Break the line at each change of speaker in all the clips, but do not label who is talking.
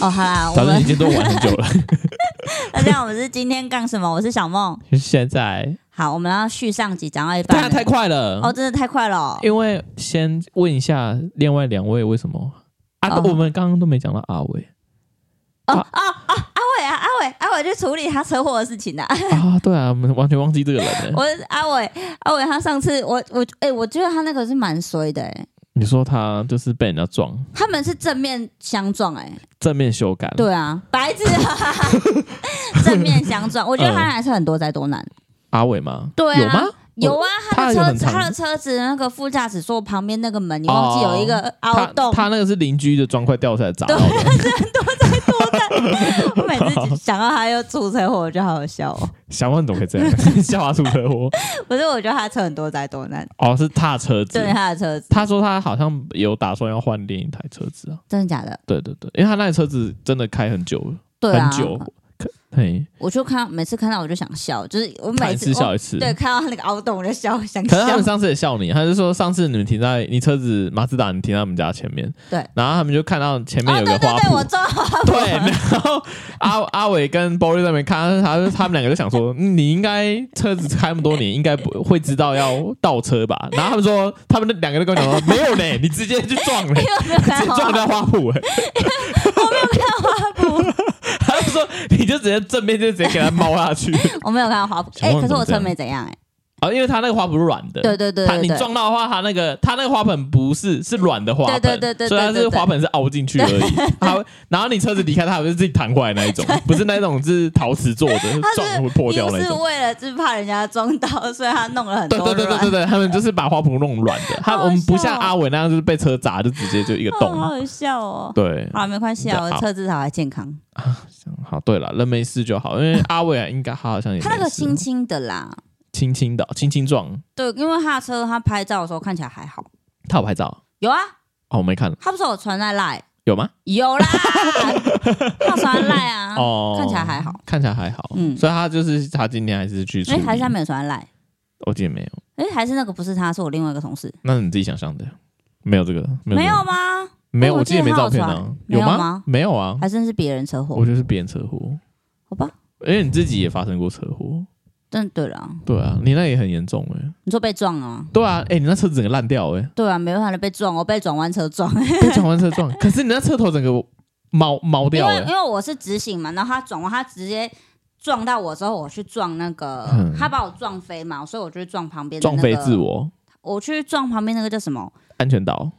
哦，好啦，我
早上已
们
经都玩很久 了。
那这样，我们 是今天干什么？我是小梦。
现在
好，我们要续上集，讲到一
大家
半。
太快了，
哦，真的太快了哦、
因为先问一下另外两位为什么啊？
哦
我们刚刚都没讲到阿 伟
阿伟啊，阿伟，阿伟去处理他车祸的事情啊。
啊，对啊，我们完全忘记这个人欸了。
我阿伟，阿伟，他上次我我哎、我觉得他那个是蛮衰的哎、
你说他就是被人家撞，
他们是正面相撞哎、
正面修改，
对啊，白痴、啊， 正面相撞，我觉得他还是很多灾多难。
阿伟吗？
对
嗯有吗？
啊
哦
有啊，他
他有
的车
很
子，
长
他的车子那个副驾驶座旁边那个门，你忘记有一个凹
哦他
洞，
他那个是邻居的砖块掉下来砸到
对，
的，
是很多灾多难。我每次想到他又出车祸，我就好好笑哦。
想问怎么会这样？ 笑话出车祸
不是，我觉得他车很多灾多难，
哦，是踏车子。
对他的车子，
他说他好像有打算要换另一台车子啊，
真的假的？
对对对，因为他那台车子真的开很久了，
对啊
很，久，可嘿，
我就看每次看到我就想笑，就是我
看
每
一
次
次笑
我
一次。
对看到他那个凹洞我就笑，想
可能他
笑
们。上次也笑你，他就说上次你们停在你车子马自达，你停在我们家前面，
对
然后他们就看到前面
哦，
有
对
个
对
花
对，
圃，
我撞到花圃
对，然后阿阿伟跟 b o 在那边看，他他他们两个就想说，嗯你应该车子开那么多年，应该不会知道要倒车 吧？然后他们说，他们两个都跟我讲说，没有嘞，你直接就撞了，
因 为我没有
直
看
接
到
撞
花
到花圃、欸， 他就说你就直接正面就直接给他猫下去，
我没有看到花圃。
小
哎、
梦
可是我
怎么这
车
样
没怎样哎、
啊，因为他那个花圃是软的，
对对对
他
对
你
对。
撞到的话，他那个他那个花盆不是是软的花盆，
对对对对对
所以它是花盆是凹进去而已。它会，然后你车子离开它，还会自己弹回来那一种，不是那种是陶瓷做的，撞会破掉
又
那
是
种。
为了就是怕人家撞到，所以他弄了很
对
多
对对对对对，
软，
他们就是把花圃弄软的。他
好好
我们不像
笑哦
阿伟那样，就是被车砸就直接就一个
哦好
洞。
好笑哦。
对，
好，没关系啊，
对
我
好
车至少还健康。
好，对了，人没事就好，因为阿伟啊应该他好像也
他那
没
个
事
轻轻的啦，
轻轻的轻轻撞，
对，因为他的车他拍照的时候看起来还好。
他有拍照
有啊，
哦，我没看
他不是有传在赖，
有吗？
有啦， 他传在赖啊，
哦，
看起来还好。
看起来还好，嗯，
嗯
所以他就是他今天还是去处
哎、
理，
还是他没有传在赖，
我记得没有。
哎、还是那个不是他，是我另外一个同事，
那你自己想象的，没有这个，没有这个
没有吗？
没有，
我
我记得
记
没
得他
照
有
片啊
传，没有
吗
吗？
没有啊，
还真是别人车祸
我？就是别人车祸，
好吧，
因为你自己也发生过车祸，
真的对了啊，
对啊，你那也很严重哎、
你说被撞了吗？
对啊，哎、你那车子整个烂掉 哎、
对啊，没办法，被撞，我被转弯车撞，
被转弯车撞，可是你那车头整个毛毛
因
掉
为
哎、
因为我是直行嘛，然后他转弯，他直接撞到我之后，我去撞那个，
嗯
他把我撞飞嘛，所以我就去撞旁边的、
撞
那个，
飞自，我，
我去撞旁边那个叫什么
安全岛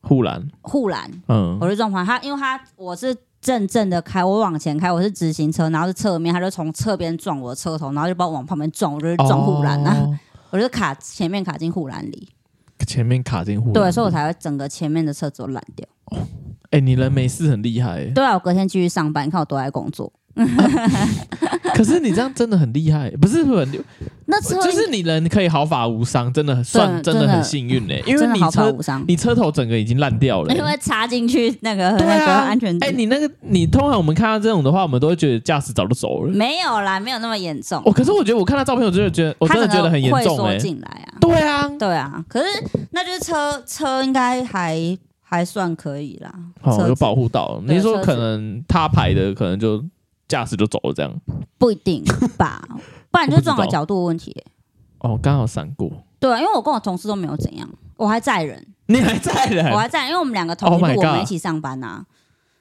护栏，
护栏，
嗯，
我就撞旁他，因为他我是。正正的开，我往前开，我是直行车，然后是侧面，他就从侧边撞我的车头，然后就把我往旁边撞，我就是撞护栏啊，
哦
我就卡前面卡进护栏里，
前面卡进护栏，
对，所以我才会整个前面的车子都烂掉。
哎、你人没事很厉害、欸，
对啊，我隔天继续上班，你看我多爱工作。
可是你这样真的很厉害，不是很
那车
就是你人可以毫发无伤，真的算真
真的哦
的很幸运呢、因为
真的
你
毫发
车
无伤，
你车头整个已经烂掉了、
因为插进去那个
对
那个
啊，
安全
哎、
带，
你那个你通常我们看到这种的话，我们都会觉得驾驶早就走了。
没有啦，没有那么严重。
哦，可是我觉得我看到照片，我真的觉得我
嗯他
真的觉得很严重哎、
会缩进来啊，
对啊，
对啊，可是那就是车车应该还还算可以啦。车
哦，
子
有保护到。
对
你说
车子
可能他排的，可能就驾驶就走了这样。
不一定吧， 不然就
我不
是
知
撞的
道
角度的问题欸、
哦，刚好闪过，
对啊，因为我跟我同事都没有怎样，我还载人，
你还在人
我？还载人，因为我们两个同一
Oh my
路，我们
God
一起上班呐、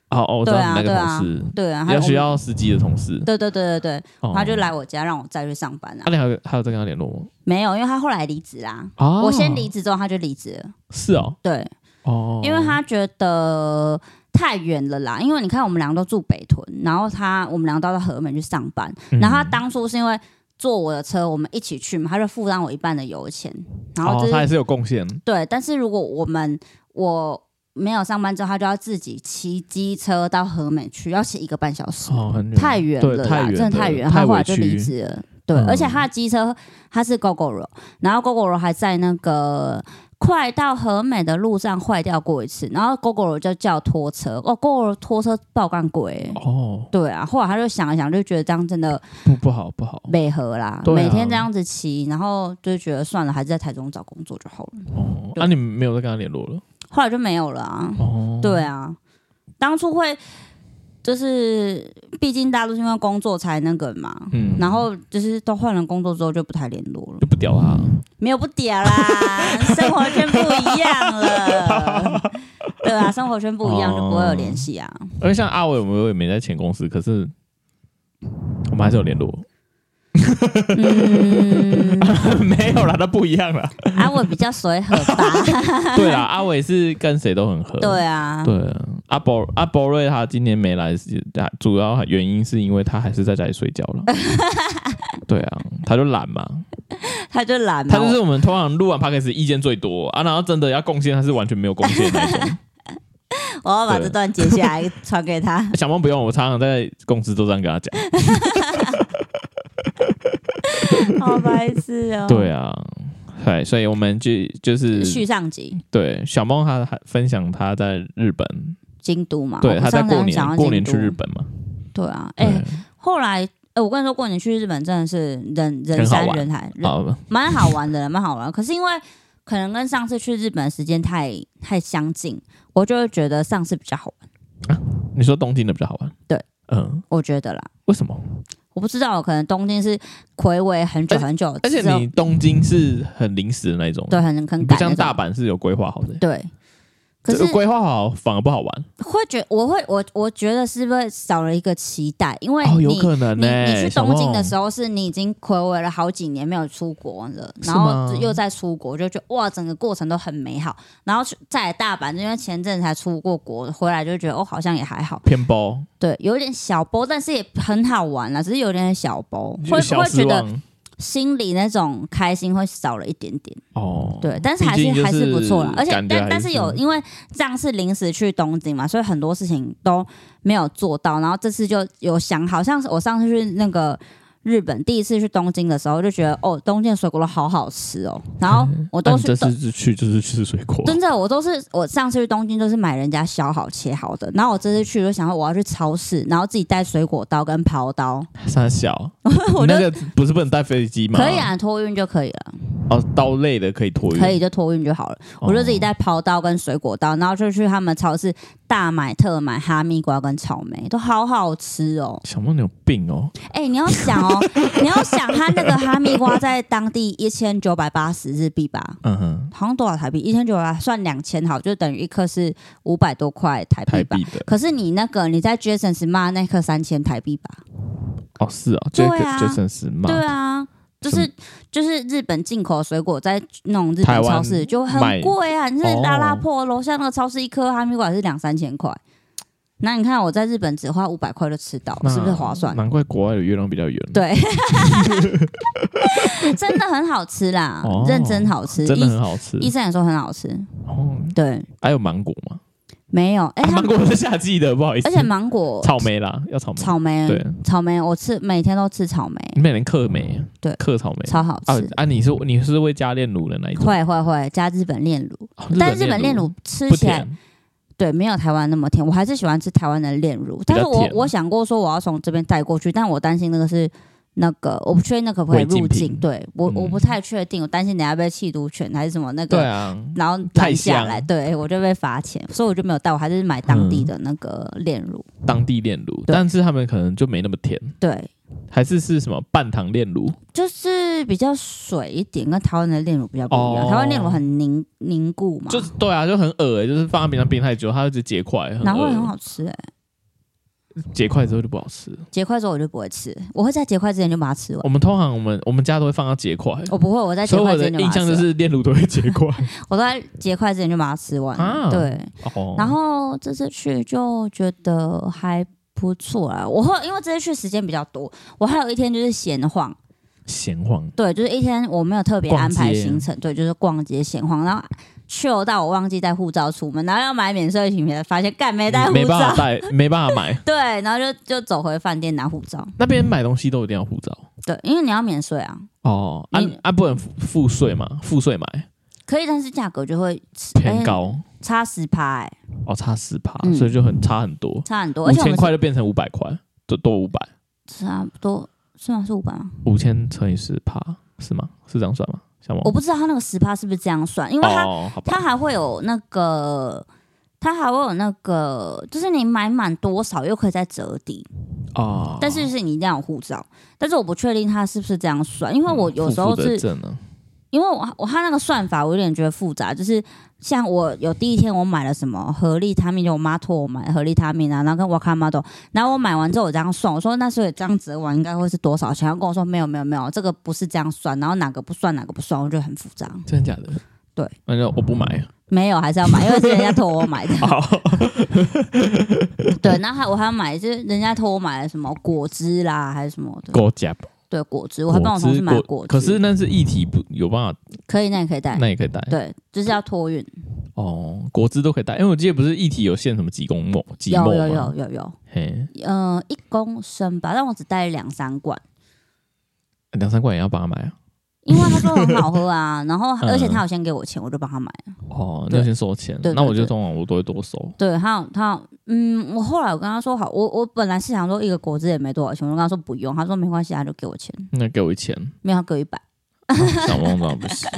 哦哦，我知道你那个
对啊
同事，
对啊，
比
还
较
有
需要司机的同事。
对对对对对，
哦
他就。来我家让我再去上班啊
啊，。你还有还有在跟他联络吗？
没有，因为他后来离职啦。
啊，
我先离。职之后，他就离职了。
是哦，
对，
哦，
因为他觉得太远了啦。因为你看，我们两个都住北屯，然后他我们两个都到和美去上班。
嗯
然后他当初是因为坐我的车，我们一起去嘛，他就负担我一半的油钱。然后就
哦，
是、
他也是有贡献。
对，但是如果我们我没有上班之后，他就要自己骑机车到和美去，要骑一个半小时。
哦，很远，
太远
对
了
太
啦，
远
真的太远，
太
他后来
委
就离
屈。
职了。对，
嗯
而且他的机车他是 GoGoRo，然后 GoGoRo 还在那个快到和美的路上坏掉过一次，然后 GoGoRo 就叫拖车，哦，GoGoRo 拖车爆干鬼、
哦，
对啊，后来他就想一想，就觉得这样真的
不不好不好，
违和啦，
对啊
每天这样子骑，然后就觉得算了，还是在台中找工作就好了。
哦，
对
那你们没有再跟他联络了？
嗯后来就没有了啊。
哦，
对啊，当初会就是毕竟大家都是因为工作才那个嘛，
嗯，
然后就是都换了工作之后就不太联络了，
就不屌他。
没有不屌啦， 生活圈不一样 了，对啊，生活圈不一样就不会有联系啊。
因为像阿伟，我们也没在前公司，可是我们还是有联络。
嗯，
没有啦，那不一样啦。
安稳比较随和 吧，
对啦，阿伟是跟谁都很合。
对啊，
对啊，阿博阿博瑞他今年没来，是主要原因是因为他还是在家里睡觉 了。对啊，他就懒嘛，
他就懒嘛，
他就是我们通常录完 p o d c a s 意见最多啊，然后真的要贡献，他是完全没有贡献的那种。
我要把这段截下来传给他。
小梦不用，我常常在公司都这样跟他讲。
好白痴哦。
对啊，对，所以我们就就是
续上集，
对小梦她还分享她在日本，
京都嘛。
对，
啊我
她在
上次
过
很想要
年过年
京
去
都
日。本嘛，
对啊，哎、
对，
后来，哎、我跟你说，过年去日本真的是人人
很好
山
玩
人海，人
好吧，
蛮好玩的，蛮好玩。可是因为可能跟上次去日本的时间太太相近，我就会觉得上次比较好玩，
你说东京的比较好玩，
对，
嗯，
我觉得啦。
为什么？
我不知道，可能东京是暌违很久
而且
很久之后，
而且你东京是很临时的那种，
对，很很赶
不
那
像
种
大阪是有规划好的。
对。可是
这个规划好反而不好玩
会觉我会我我觉得是不是少了一个期待？因为
哦，
你、
有可能哎
你
呢、
你去东京的时
候，
候，是你已经暌违了好几年没有出国了，
是
然
吗
后又再出国，就觉得哇，整个过程都很美好。然后去再来大阪，因为前阵子才出过国，回来就觉得哦，好像也还好，
偏包，
对，有点小包，但是也很好玩啦，只是有点小包，会
小
会觉
失
得
望
心里那种开心会少了一点点。
哦。
对，但是还
毕
是
竟就是
还是不错啦，而且
感觉
但
还
但
是嗯
是有因为这样是临时去东京嘛，所以很多事情都没有做到，然后这次就有想，好像是我上次去那个。日本第一次去东京的时候，就觉得哦，东京的水果都好好吃哦。然后我
但
都是
嗯这次去就是吃水果，
真的，我都是我上次去东京都是买人家削好切好的，然后我这次去就想说我要去超市，然后自己带水果刀跟刨刀，
三小，
我
你那
就
个不是不能带飞机吗？
可以，啊，托运就可以了，
哦，刀类的可以托运，哦
可以就托运就好了。我就自己
带。
带刨刀跟水果刀，然后就去他们超市大买特买哈密瓜跟草莓，都好好吃哦。
小梦你有病哦！
哎、你要 想哦，你要想它那个哈密瓜在当地一千九百八十日币吧，
嗯哼，
好像多少台币？一千九百算两千好，就等于一颗是五百多块台
台
币吧。
币的
可是你那个你在 Jason's 骂那颗三千台币吧？
哦，是哦，
对
这
啊
个这算是嘛？
对啊，就
什
是就是日本进口水果在那种日
台
本
湾
超市就
卖
很贵啊！你是
哦
拉拉破楼下那个超市一颗哈密瓜也是两三千块，那你看我在日本只花五百块就吃到，
那
是不是划算？
难怪国外的月亮比较圆。
对，真的很好吃啦，
哦
认真好吃。
真的很
医
好吃。
医生也说很好吃，
哦，
对，
还有芒果吗？
没有，哎、
啊
他
芒果是夏季的，不好意思。
而且芒果
草莓啦，要草莓。
草莓
对，
草莓，我吃每天都吃草莓，
你每人嗑莓，
对
嗑草莓。
超好
啊
吃。
啊！你是你是会加炼乳的那一种？
会会会加日本炼乳，
哦
但是日本炼乳吃
不
起来
甜，
对，没有台湾那么甜，我还是喜欢吃台湾的炼乳。
较
但是我
甜
我想过说我要从这边带过去，但我担心那个是那个，我不确定那可不可以
违禁
入境
品。
对我、我
嗯
不太确定，我担心等下被缉毒犬还是什么那
对
个，
啊，
然后
太
拦下
香
来，对我就被罚钱，所以我就没有带，我还是买当地
嗯
的那个炼乳。
当地炼乳，
对
但是他们可能就没那么甜，
对，
还是是什么半糖炼乳？
就是比较水一点，跟台湾的炼乳比较不一样。
哦
台湾炼乳很凝凝固嘛，
就是对啊，就很恶欸就是放在冰箱冰太久，它就直接结块，很
然后会很
恶
好吃、欸。
结块之后就不好吃。
结块之后我就不会吃，我会在结块之前就把它吃完。
我们通常我们我们家都会放到结块，
我不会，哦我在结
哦所以
块
我
之
的
前就把
印
它吃
象
完。
就是炼乳都会结 块。
我都在结块之前就把它吃完了。
啊
对，
哦，
然后这次去就觉得还不错啊。我后因为这次去时间比较多，我还有一天就是闲晃，
咸黄
对，就是一天我没有特别
逛
安排
街
行程，对，就是逛街闲晃，然后。秀到我忘记带护照出门，然后要买免税品，发现干没带护
没办法
照，
带，没办法买。
对，然后就就走回饭店拿护照，
那边买东西都一定要护 照
对，因为你要免税啊，
哦，啊
你哎
啊，不能付付税嘛，付税买
可以，但是价格就会
偏
哎
高
差十趴、哎，
哦，差十趴，
嗯
所以就很差很多，
差很多，
五
而且我
千
们
块就变成五百块，就多五百，
是差不多是吗？是五百吗？
五千乘以十趴是吗？是这样算吗？小毛
我不知道他那个十趴是不是这样算，因为他
哦，好吧
他，还会有那个，它还会有那个，就是你买满多少又可以再折抵，
哦，
但是是你一定要有护照。但是我不确定它是不是这样算，因为
嗯
我有时候
负负得
是
正啊
因为我我它那个算法，我有点觉得复杂。就是像我有第一天我买了什么合力他命，就我妈托我买合力他命啊，然后跟 w a k a m a d o 然后我买完之后我这样算，我说那所以这样折完应该会是多少钱？然后跟我说没有没有没有，这个不是这样算，然后哪个不算哪个不算，我觉得很复杂。
真的假的？
对，
那就我不买。
没有还是要买，因为是人家托我买的。
好，嗯
对，然后还我还要买，就是人家托我买了什么果汁啦，还是什么的。
够夹。
对，果汁，我还帮我同事买
果
果汁。
可是那是议题不有办法，
可以，那也可以带。
那也可以带。
对，就是要托运。
哦，果汁都可以带，因为我记得不是议题有限什么几公亩、几
有
亩
有
吗
有有有，
嘿，
嗯、一公升吧，但我只带了两三罐，
两三罐也要帮他买啊。
因为他说很好 喝啊。然后，
嗯
而且他有先给我钱，我就帮他买了。
哦，
对
那先收钱
对对，
那我就
对
通常我都会多收。
对，他有他有嗯，我后来我跟他说好，我我本来是想说一个果汁也没多少钱，我就跟他说不用，他说没关系，他就给我钱，
那给我一 千，
没有他给我一百。
想忘账不行，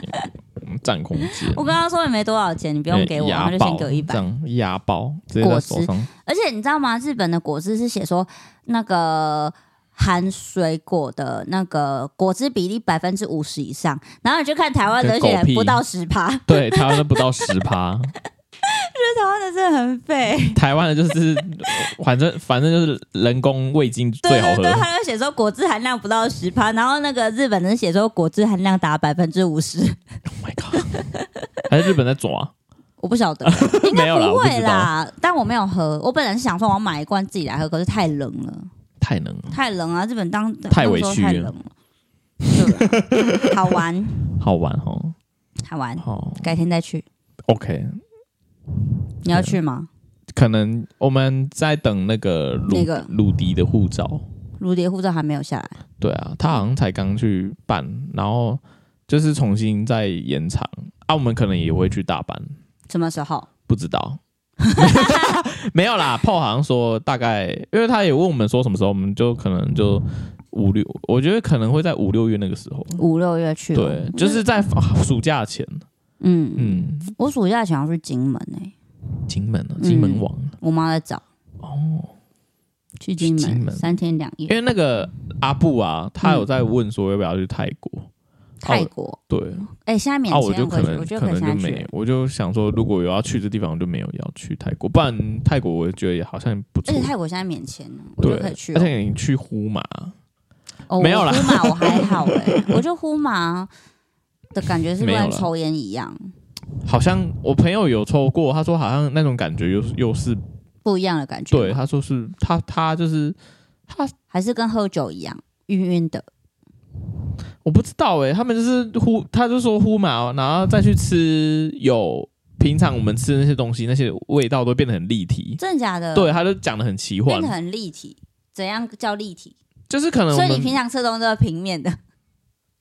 嗯占空间。
我跟他说也没多少钱，你不用给我，
压爆
他就先给我一百
哎这。样压爆，直接在手上。
而且你知道吗？日本的果汁是写说那个含水果的那个果汁比例百分之五十以上，然后你就看台湾的，
这
而
狗
且
屁
不到十趴，
对，台湾的不到十趴，
台湾的真的很废。
台湾的就是反正反正就是人工味精最
对
好
对
喝
对，。他就写说果汁含量不到十趴，然后那个日本人写说果汁含量达百分之五十，
Oh my god！还是日本在抓？
我不 晓得，应
没
该
有啦，
不
我不
会
知道，
啦。但我没有喝，我本来是想说我要买一罐自己来喝，可是太冷了，
太能了，
太冷啊！日本当
太委屈
那时候太冷了，对啊好玩
好玩哦。
好玩，
好
改天再去。
，OK，
你要去吗？
可能我们在等那个鲁
那个
鲁迪的护照。
卢迪护照还没有下来，
对啊，他好像才刚去办，然后就是重新再延长。啊，我们可能也会去大阪，
什么时候？
不知道。 没有啦，Paul 好像说大概，因为他也问我们说什么时候，我们就可能就五六，我觉得可能会在五六月那个时候，
五六月去。
嗯对，就是在啊暑假前，
嗯嗯，
嗯，
我暑假想要去金门诶、
金门啊，
嗯
金门王，
我妈在找
哦，
去金门
去金门
三天两
因
夜，
为那个阿布啊，他有在问说要不要去泰国，
泰国。
对，
哎、现在免
啊，哦我
签
就
我
可能
我觉得
可
以
能
现在
就
去
没
了，，
我就想说，如果有要去这地方，我就没有要去泰国，不然泰国我觉得也好像不错
而且，泰国现在免签了，我就
对
可以去，哦
而
了。
且你去呼嘛，
哦，
没有啦
我呼马我还好诶、 我就呼马的感觉是
没有
跟
啦
抽烟一样，
好像我朋友有抽过，他说好像那种感觉又是又是
不一样的感觉。
对，，他说是他他就是
还是跟喝酒一样，晕晕的。
我不知道哎、他们就是呼，他就说呼麻，然后再去吃有平常我们吃的那些东西，那些味道都变得很立体。
真的假的？
对，，他就讲的很奇幻
嗯变得，很立体。怎样叫立体？
就是可能
所以
我
你平
们
常吃的东西都是平面的，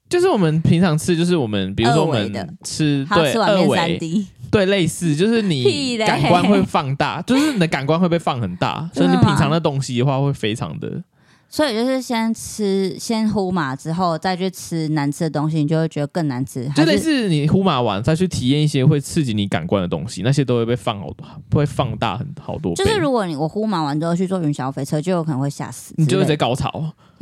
就是我们平常吃，就是我们比如说我
二维的
们吃
好
对
吃完
二
变三
维
D。
对类似，就是
屁
你
嘞
感官会放大，就是你的感官会被放很大，所
真
以
的
你
吗
平常的东西的话会非常的
所以就是先吃，先呼麻之后再去吃难吃的东西，你就会觉得更难吃。
就
还
类
是
似你呼麻完再去体验一些会刺激你感官的东西，那些都会被放好多，会放大很好多倍。
就是如果你我呼麻完之后去坐云霄飞车，就有可能会吓死之类的，
你就会直接高潮，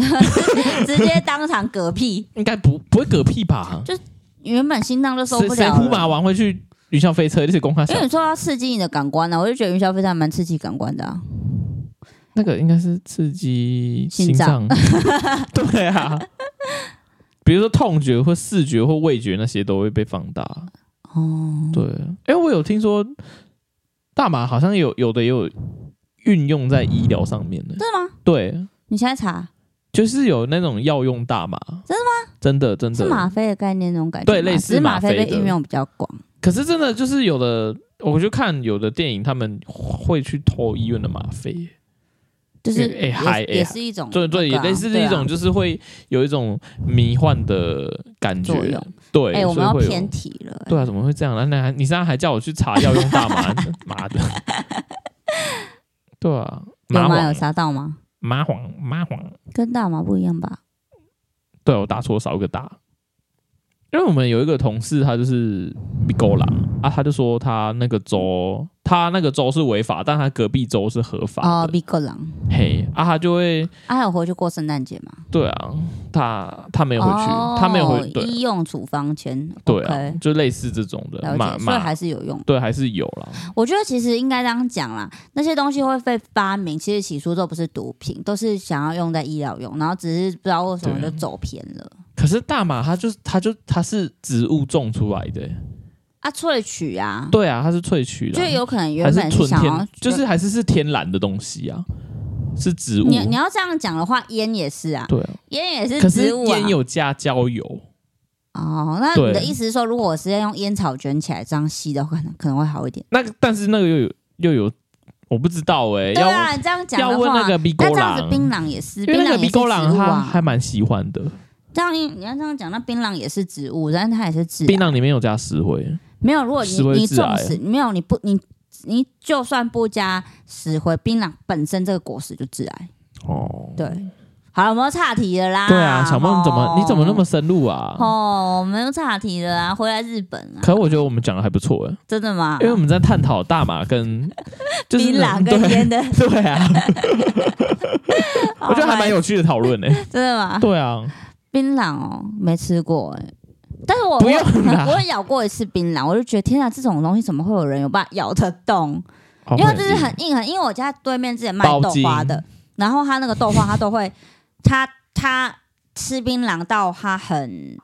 直接当场嗝屁。
应该不不会嗝屁吧？
就原本心脏就受
谁
不
谁
了嗯
呼麻
了，
完会去云霄飞车？这是公开
因
小
为你说要刺激你的感官呢、我就觉得云霄飞车还蛮刺激感官的、啊。
那个应该是刺激
心
心
脏
脏， 对啊。比如说痛觉或视觉或味觉那些都会被放大，
哦，
对。哎、我有听说大麻好像有有的也有运用在医疗上面的，
真的吗？
对，
你现在查
就是有那种药用大麻，真的吗？真的真
是吗
的。
啡的概念那种感觉吗，
对类似
只是吗啡
吗啡
被
的
应用比较广。
可是真的就是有的，我就看有的电影他们会去偷医院的吗
嗯
啡。
就是
哎
也
嗨
也
哎
是一种
对对，
那
也
个啊
类似
对
一
啊
种，就是会有一种迷幻的感觉
作用。
对，
哎，我们
所以
要
会有
偏题了哎。
对啊，怎么会这样？那那还你现在还叫我去查药用大麻， 妈的！对啊，麻
有吗？有
黄，
杀到吗？
麻黄，麻黄。
跟大麻不一样吧？
对我打错少一个大，因因为我们有一个同事，他就是狗狼啊，他就说他那个州，他那个州是违法，但他隔壁州是合法
哦
的。
米格狼，
嘿，啊，他就会
啊，还有回去过圣诞节吗？
对啊，他他没有回去，
哦
他没有回对
医用处方签，
对啊
OK
就类似这种的
了
骂
解，所以
骂，
还是有用。
对，还是有啦。
我觉得其实应该这样讲啦，那些东西会被发明，其实起初都不是毒品，都是想要用在医疗用，然后只是不知道为什么
对
就
啊
走偏了。
可是大麻，它就是它就它是植物种出来的，
啊，萃取啊，
对啊，它是萃取的
就
啊，
有可能
还
原
是
本
纯
想要
天，就是还是是天然的东西啊，是植物。
你你要这样讲的话，烟也是啊，
对啊，
烟也
可
是
是
植物啊
烟。有加焦油，
哦，那
对
你的意思是说，如果我是要用烟草卷起来这样吸的话，可能可能会好一点。
那个但是那个又有又有，我不知道哎、
对
要
啊，你这样讲
要
的
问
话，
那个 B
那
勾
这样子
狼，
槟榔也是，
因
槟
为那
榔
个
也
B
是植
勾狼
物
他
啊
还。蛮喜欢的，
这样你要这样讲，那槟榔也是植物，但是它也是致
槟榔里面有加石灰，
没有，如果你
石灰
你
致癌
纵使没有你不你你就算不加石灰，槟榔本身这个果实就致癌。
哦，
对，好了，我们又岔题了啦。
对啊，小梦怎么
哦
你怎么那么深入啊？
哦？我们又岔题了啊！回来日本啊，
可我觉得我们讲的还不错哎、
真的吗？
因为我们在探讨大麻 跟就是
啊槟榔
对
跟烟的，
对 啊，我觉得还蛮有趣的讨论呢。
真的吗？
对啊，
槟榔哦，没吃过哎、但是我
不用啦
我 我有咬过一次槟榔，我就觉得天啊，这种东西怎么会有人有办法咬得动？因为它就是很硬很，因为我家对面之前卖豆花
包
的，然后他那个豆花他都会，他他吃槟榔到他很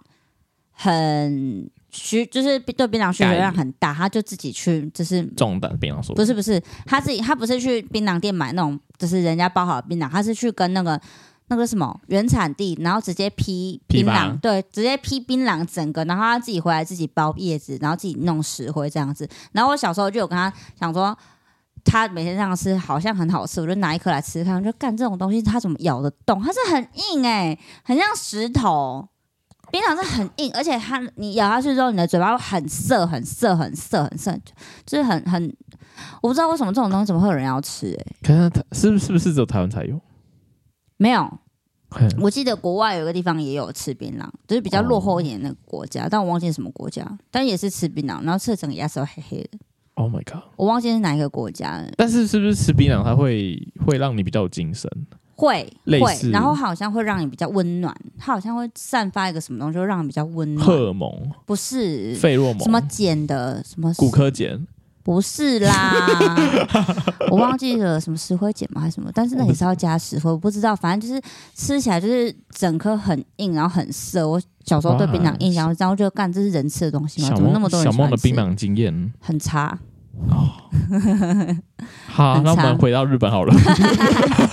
很需，就是对槟榔需求
改
量很大，他就自己去就是。
重的，比方说
不是不是，他自己他不是去槟榔店买那种，就是人家包好的槟榔，他是去跟那个那个什么原产地，然后直接批
批
槟
发
榔，对，直接批槟榔整个，然后他自己回来自己包叶子，然后自己弄石灰这样子。然后我小时候就有跟他讲说，他每天这样吃好像很好吃，我就拿一颗来吃吃看，我就干这种东西它怎么咬得动？它是很硬哎、很像石头。槟榔是很硬，而且它你咬下去之后，你的嘴巴会很涩、很涩、很涩、很涩，就是很很，我不知道为什么这种东西怎么会有人要吃、欸？
可是它是不是是不是只有台湾才有？
没有，
嘿
我记得国外有一个地方也有吃槟榔，就是比较落后一点的那个国家，但我忘记是什么国家，但也是吃槟榔，然后吃的整个牙齿都黑黑的，
Oh my god！
我忘记是哪一个国家了。
但是是不是吃槟榔它会会让你比较有精神？
会
类
会
似，
然后好像会让你比较温暖，它好像会散发一个什么东西，会让你比较温暖。
荷尔蒙、
不是
费洛蒙、
嗯什么碱的什么
骨科碱，
不是啦， 我忘记了什么石灰碱吗还是什么，但是那也是要加石灰，我不知道，反正就是吃起来就是整颗很硬，然后很涩。我小时候对槟榔印象，然后就干这是人吃的东西吗？
小
怎么那么
梦
多人
小
喜欢
梦
吃
的槟榔经验。
很差。
好，
很
那我
长
们回到日本好了。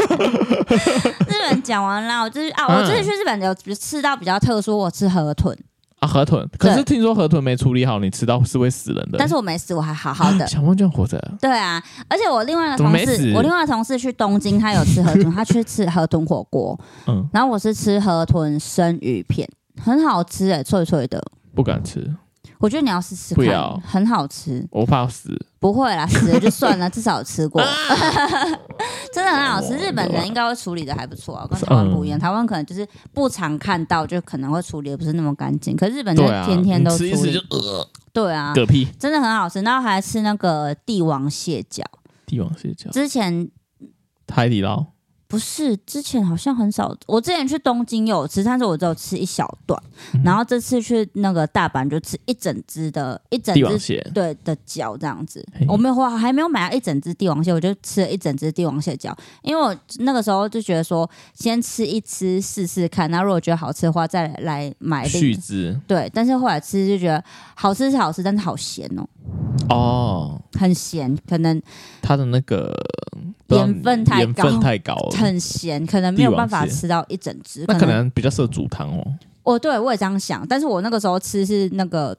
日本讲完啦，我就是啊，
嗯
我这次去日本有吃到比较特殊，我吃河豚，
啊，河豚， 可是听说河豚没处理好，你吃到是会死人的。。
但是我没死，我还好好 的
小梦居然活着，
对啊，而且我另外一个
怎么
同
没
事
死，
我另外一个同事去东京，他有吃河 豚，他去吃河豚火锅，
嗯，
然后我是吃河豚生鱼片，很好吃哎、脆脆的。
不敢吃，
我觉得你要试试
不
看
要，
很好吃。
我怕死。
不会啦，死了就算 了，至少有吃
啊
过， 真的很好吃。
哦
日本人应该会处理的还不错啊，跟
嗯
台湾不一样。台湾可能就是不常看到，就可能会处理的不是那么干净，可是日本就
对
是
啊，
天天都
你
处
吃一吃就呃
理。对啊，
嗝屁。
真的很好吃。然后还吃那个帝王蟹脚，
帝王蟹脚，
之前
海底捞，
不是，之前好像很少。我之前去东京有吃，但是我只有吃一小段。
嗯
然后这次去那个大阪就吃一整只的，一整
帝王
只
蟹，
对的脚这样子
嘿。
我没有花，还没有买到一整只帝王蟹，我就吃了一整只帝王蟹脚，因为我那个时候就觉得说，先吃一吃试试看，那如果觉得好吃的话，再来买另
续汁
对。但是后来吃就觉得好吃是好吃，但是好咸哦，
哦，
很咸，可能
它的那个不知道
盐分太
啊盐
高
分。太高了，
很咸，可能没有办法
帝王蟹
吃到一整只。
那可能比较适合煮汤哦，
哦，对我也这样想，但是我那个时候吃是那个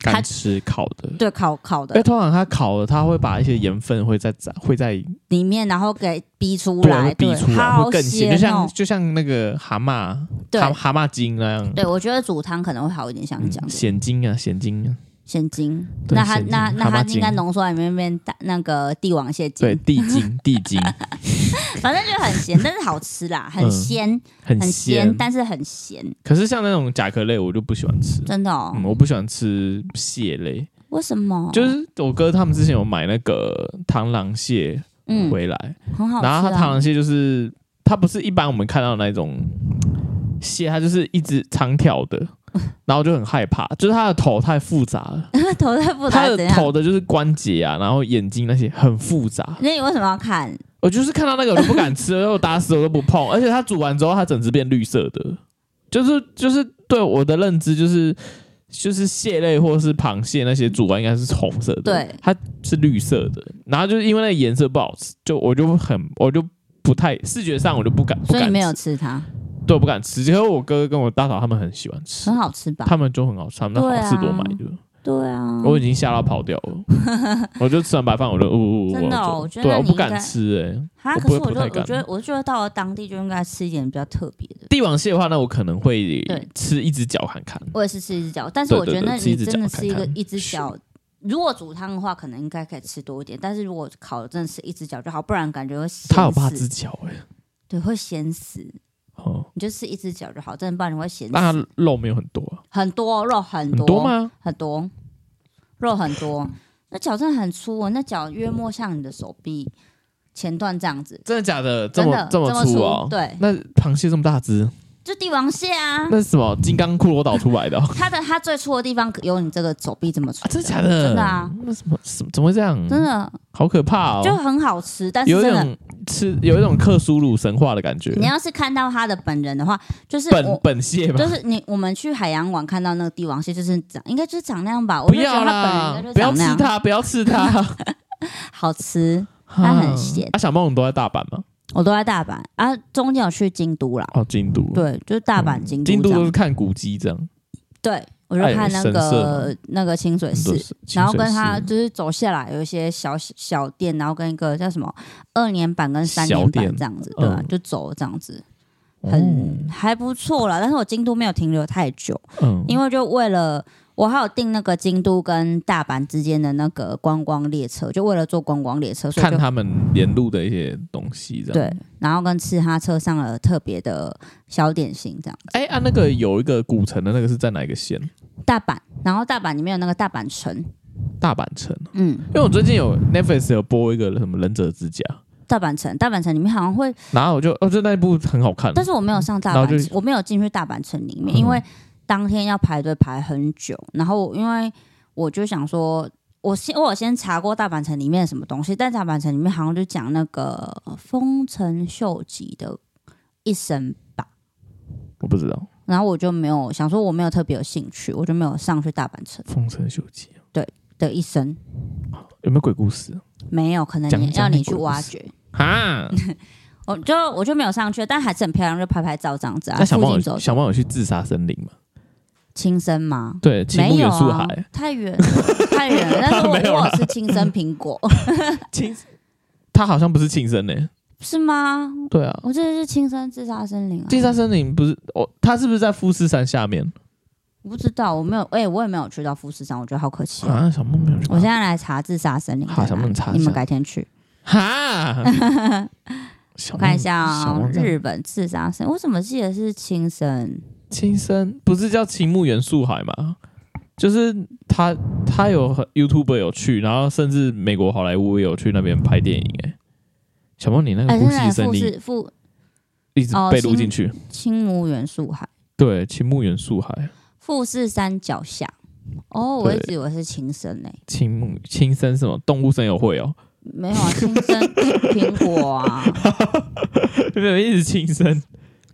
它
干吃烤的。
对烤烤
因为
的
通常它烤了，它会把一些盐分会在会在
里面，然后给逼出
对啊会
来，
逼
对，
出来，
好
会更咸，就
咸
像
哦。
就像那个蛤蟆
对
蛤蛤蟆精那样，
对，我觉得煮汤可能会好一点，像你
嗯
讲的。
咸精啊，咸精啊，
现金，
对
那它
现金
那那
蛤
它
蟆
应该
精
浓缩里面变大那个帝王蟹
对，
精。
地精，地精，
反正就很咸，但是好吃啦，很
嗯
鲜，
很
很
鲜
鲜，。但是很咸，
可是像那种甲壳类，我就不喜欢吃。
真的哦。
嗯，我不喜欢吃蟹类，
为什么？
就是我哥他们之前有买那个螳螂蟹
嗯，
回来，
很好吃、
然
啊。
后它螳螂蟹就是它不是一般我们看到的那种蟹，它就是一只长条的， 然后我就很害怕，就是它的头太复杂了，
头太复杂
它
了怎
的
样？
头的就是关节啊，然后眼睛那些很复杂，
那你为什么要看？
我就是看到那个我都不敢吃， 然后我打死我都不碰，而且它煮完之后它整只变绿色的，就是就是对我的认知就是。就是蟹类或是螃蟹那些煮完应该是红色的，
对
它是绿色的。然后就是因为那个颜色不好吃，就我就很我就不太视觉上我就不敢，不
所以
敢
你没有
吃
吃它，
对我不敢吃。结果我哥跟我大嫂他们很喜欢吃
很，好吃吧？
他们就很好吃，他们
嗯对
在好
啊
事多买的，
对啊，
我已经吓到跑掉了。 我就吃完白饭我就呜呜呜，
真的哦
就
我觉得
对啊，
那
我
你
不
应该
敢吃哎、
啊，
我
可
不
是
会
我
不
就
太
我
敢
觉得，我就觉得到了当地就应该吃一点比较特别的。
帝王蟹的话，那我可能会
对
吃一只脚看看。
我也是吃一只脚，但是
对
我觉
对
得
对
那
吃一
你
只
真的
脚
是一
看
个
看
一只
是
脚。如果煮汤的话，可能应该可以吃多一点，但是如果烤的真的是一只脚就好，不然感觉会咸
他有怕
死
只。脚哎、
对，会咸死。
哦，
你就吃一只脚就好，真的不然你会咸
但
死。
它肉没有很多、啊，
很多肉很
很
多
多？吗？
很多肉很 多，那脚真的很粗哦，那脚约莫像你的手臂前段这样子，
真的假的？这
真
么
的
么
么
粗哦、
对，
那螃蟹这么大只，
就帝王蟹啊。
那是什么金刚骷髅岛出 来的哦、
它的它最粗的地方有你这个手臂这么粗
啊？真的假的？
真的啊，
那什么什么怎么会这样？
真的
好可怕哦、
就很好吃，但是
有一
真的，
种吃有一种克苏鲁神话的感觉。
你要是看到它的本人的话，就是
本
我。
本蟹吧
就，是你，我们去海洋馆看到那个帝王蟹，就是长，应该就是长那样吧。我
不
就觉
要
得它本人
啦
应该，就
不要
长
吃
那样，
它，不要吃 它。
好吃。它很咸
啊，小梦，你都在大阪吗？
我都在大阪啊，中间有去京都啦，
哦，京都。
对，就是大阪、京
嗯京
都
都
这
都
样
是。看古迹这样，
对，我就
哎
看那
神
个、
社
那个清水
很多
寺，
是清
然后跟
水寺
他就是走下来有一些小小店，然后跟一个叫什么二年版跟三
小
年版
店
这样子，对吧、
嗯
就走这样子。
哦
很还不错啦，但是我京都没有停留太久，
嗯，
因为就为了我还有订那个京都跟大阪之间的那个观光列车，就为了坐观光列车，所以
看
就
他们沿路的一些东西这样。
对，然后跟吃他车上的特别的小点心这样。
哎、啊，那个有一个古城的那个是在哪一个县？
大阪，然后大阪里面有那个大阪城，
大阪城。
嗯，
因为我最近有 Netflix 有播一个什么《忍者之家》，
大阪城，大阪城里面好像会，
然后我就哦，就那一部很好看。
但是我没有上大
然
阪
后就
城，我没有进去大阪城里面，
嗯
因为当天要排队排很久，然后因为我就想说。我先我有先查过大阪城里面什么东西，但大阪城里面好像就讲那个丰臣秀吉的一生吧，
我不知道
然后我就没有想说我没有特别有兴趣，我就没有上去大阪城
《丰臣秀吉》
的一生，
有没有鬼故事啊
没有可能
讲
你
讲
要
你
你去
鬼故
挖
事
掘，
啊？
我就我就没有上去，但还是很漂亮，就拍拍照这样子啊。
那小
附
梦
近走
有小
走，
梦有去自杀森林吗？
青森吗？
对，青
没
木
有
远树
啊
海，，
太远了 太 远了。但是我
没有
我
啦
有吃青森苹果，
青，他好像不是亲生呢、
是吗？
对啊，
我这是青森自杀森林啊，
自杀森林不是哦，他是不是在富士山下面
我不知道，我没有，哎、我也没有去到富士山，我觉得好可惜、哦。
啊？小梦没有去
我现在来查自杀森林在哪
好
里，
想问查一下
你们改天去，
哈，
我
我
看一下
小
啊、
梦在
日本自杀森林，我怎么记得是青森？
青森不是叫青木原树海吗？就是他，他有 YouTube 有去，然后甚至美国好莱坞也有去那边拍电影、欸。哎，小梦，你那
哎、
个呼
现
吸
在
声
富
音
士富
一直
哦
被录
青
进去。
青木原树海，
对，青木原树海，
富士山脚下。哦，我一
对
直以为是青森呢、
青木青森什么动物森友会哦，
没有啊，青森 苹果啊，
没有一直青森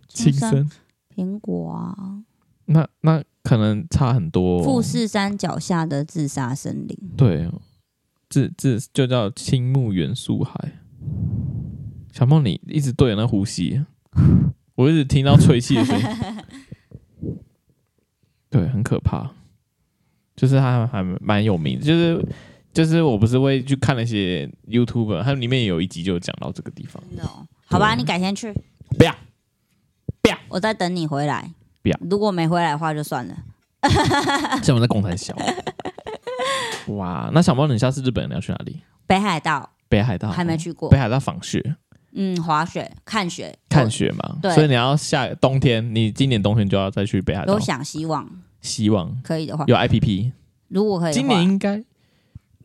青森，
苹果啊，
那那可能差很多、哦。
富士山脚下的自杀森林，
对，这这就叫青木原树海。小梦，你一直对着那呼吸，我一直听到吹气的声音，对，很可怕。就是他还蛮有名的，就是就是我不是会去看那些 YouTuber，他们里面有一集就有讲到这个地方。
真的哦。好吧，你改天去，
不要，
我在等你回来。
不要
如果没回来的话就算了。
像我在共产小。哇，那小猫，你下次日本你要去哪里？
北海道
北海道
还没去过
北，海道访学，
嗯，滑雪、看雪、
看雪嘛，
对
所以你要下冬天，你今年冬天就要再去北海
有
道
有。想希望
希望
可以的话，
有 IPP，
如果可以的
今
话，
年应该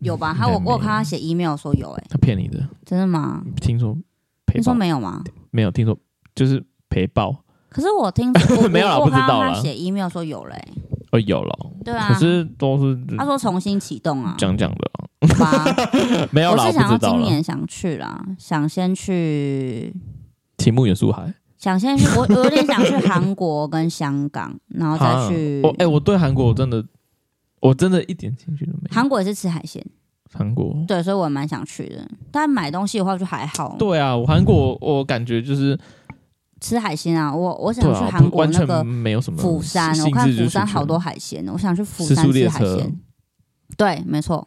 有吧？他我
应该没
我
有
有看他写 email 说有、欸，哎，
他骗你的，
真的吗？
听说赔
你说
报
没有吗？
没有？听说就是赔报
可是我 听我
没有啦
我我
不知
看
道
到
啦
他写 email 说有嘞、欸
哦，有了，
对啊
可，是都是
他说重新启动啊，
讲讲的啊，
好吧？
没有
我
啦，
是
我
想
不知
要
道
今
了。
年想去啦，想先去，
题目元素海，
想先去，我我有点想去韩国跟香港，然后再
啊
去
我哎，我对韩国我真的我真的一点兴趣都没有。
韩国也是吃海鲜，
韩国
对，所以我也蛮想去的。但买东西的话就还好，
对啊，我韩国我感觉就是
吃海鲜啊，我我想
对
去
啊，
韩
不
国
完
那
全
个
没有什么
釜山，
兴
我看
致就
釜
是
山
去
好多海鲜，我想去釜
吃
山
素
吃
列
海
车嗯
鲜。对，没错，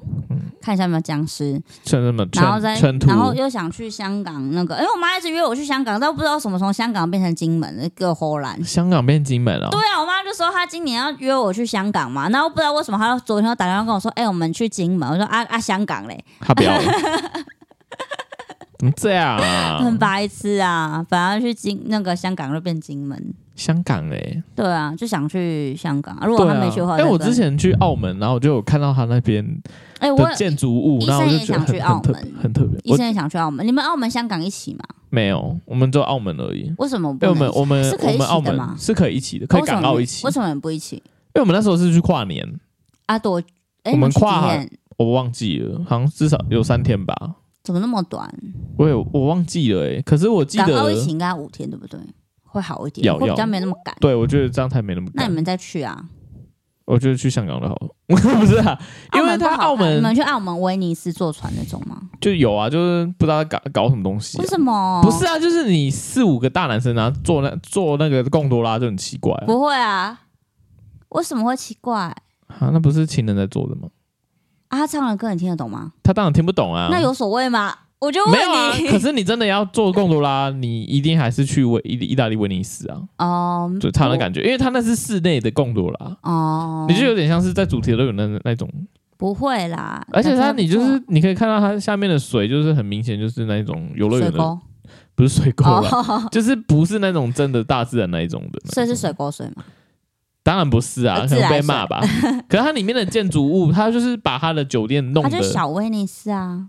看一下有没有僵尸，
像什么
然后再
川川
然后
兔，
又想去香港那个，哎因为我妈一直约我去香港，但我不知道什么从香港变成金门，给我齁懒。
香港变金门啊，
对啊，我妈就说她今年要约我去香港嘛，然后不知道为什么她昨天又打电话跟我说，哎、我们去金门，我说啊啊香港嘞，
他不要 了，怎么这样啊？
很白痴啊，反正去金那个香港就变金门，
香港哎，
对啊，就想去香港。啊如果
对
她
啊
没去的话，，
哎，我
再分
之前去澳门，然后我就有看到他那边
哎、我
的建筑物，
医
然后我
生
就
也
觉得
想去
很很特
澳门
很特别。
医
我
生也想去澳门，你们澳门香港一起吗？
没有，我们只有澳门而已。
为什么不
因为
能
哎我们我们
是可
我
以
们
一起的
澳
吗
门是可以一起的，可以
为什么
港澳一起。
为
因
什么你们不一起
为我们那时候是去跨年，
啊？多哎，
我们
你去几
跨
天
我忘记了，好像至少有三天吧。
怎么那么短？
我有我忘记了哎、可是我记
港澳一起
得，
应该五天，对不对？会好一点，
要
会比
要
较没那么赶。
对我觉得这样才没那么
那你
赶。
们再去啊？
我觉得去香港的好了， 不是啊，因为
澳门不
他
好看
澳
你们
门
去澳门、威尼斯坐船那种吗？
就有啊，就是不知道搞搞什么东西、啊
为。什么？
不是，啊，就是你四五个大男生啊，坐那坐那个贡多拉就很奇怪啊。
不会啊？为什么会奇怪啊？
啊，那不是情人在做的吗？
他唱的歌你听得懂吗？
他当然听不懂啊。
那有所谓吗？我就问
没有啊？ 可
你
是你真的要做贡多拉，你一定还是去威意意大利威尼斯啊，
哦
就差那感觉，因为它那是室内的贡多拉，
哦，
你就有点像是在主题乐园那那种，
不会啦？
而且它
感觉
你就
不
是你可以看到它下面的水，就是很明显就是那种游乐
错水
园的，
沟
不是水沟啦，
哦，
就是不是那种真的大自然那一种的，
所以是水沟水嘛？
当然不是啊，
呃
可
自
能
来
被
水
骂吧。可是它里面的建筑物，它就是把它的酒店弄
它就是
的，
小威尼斯啊，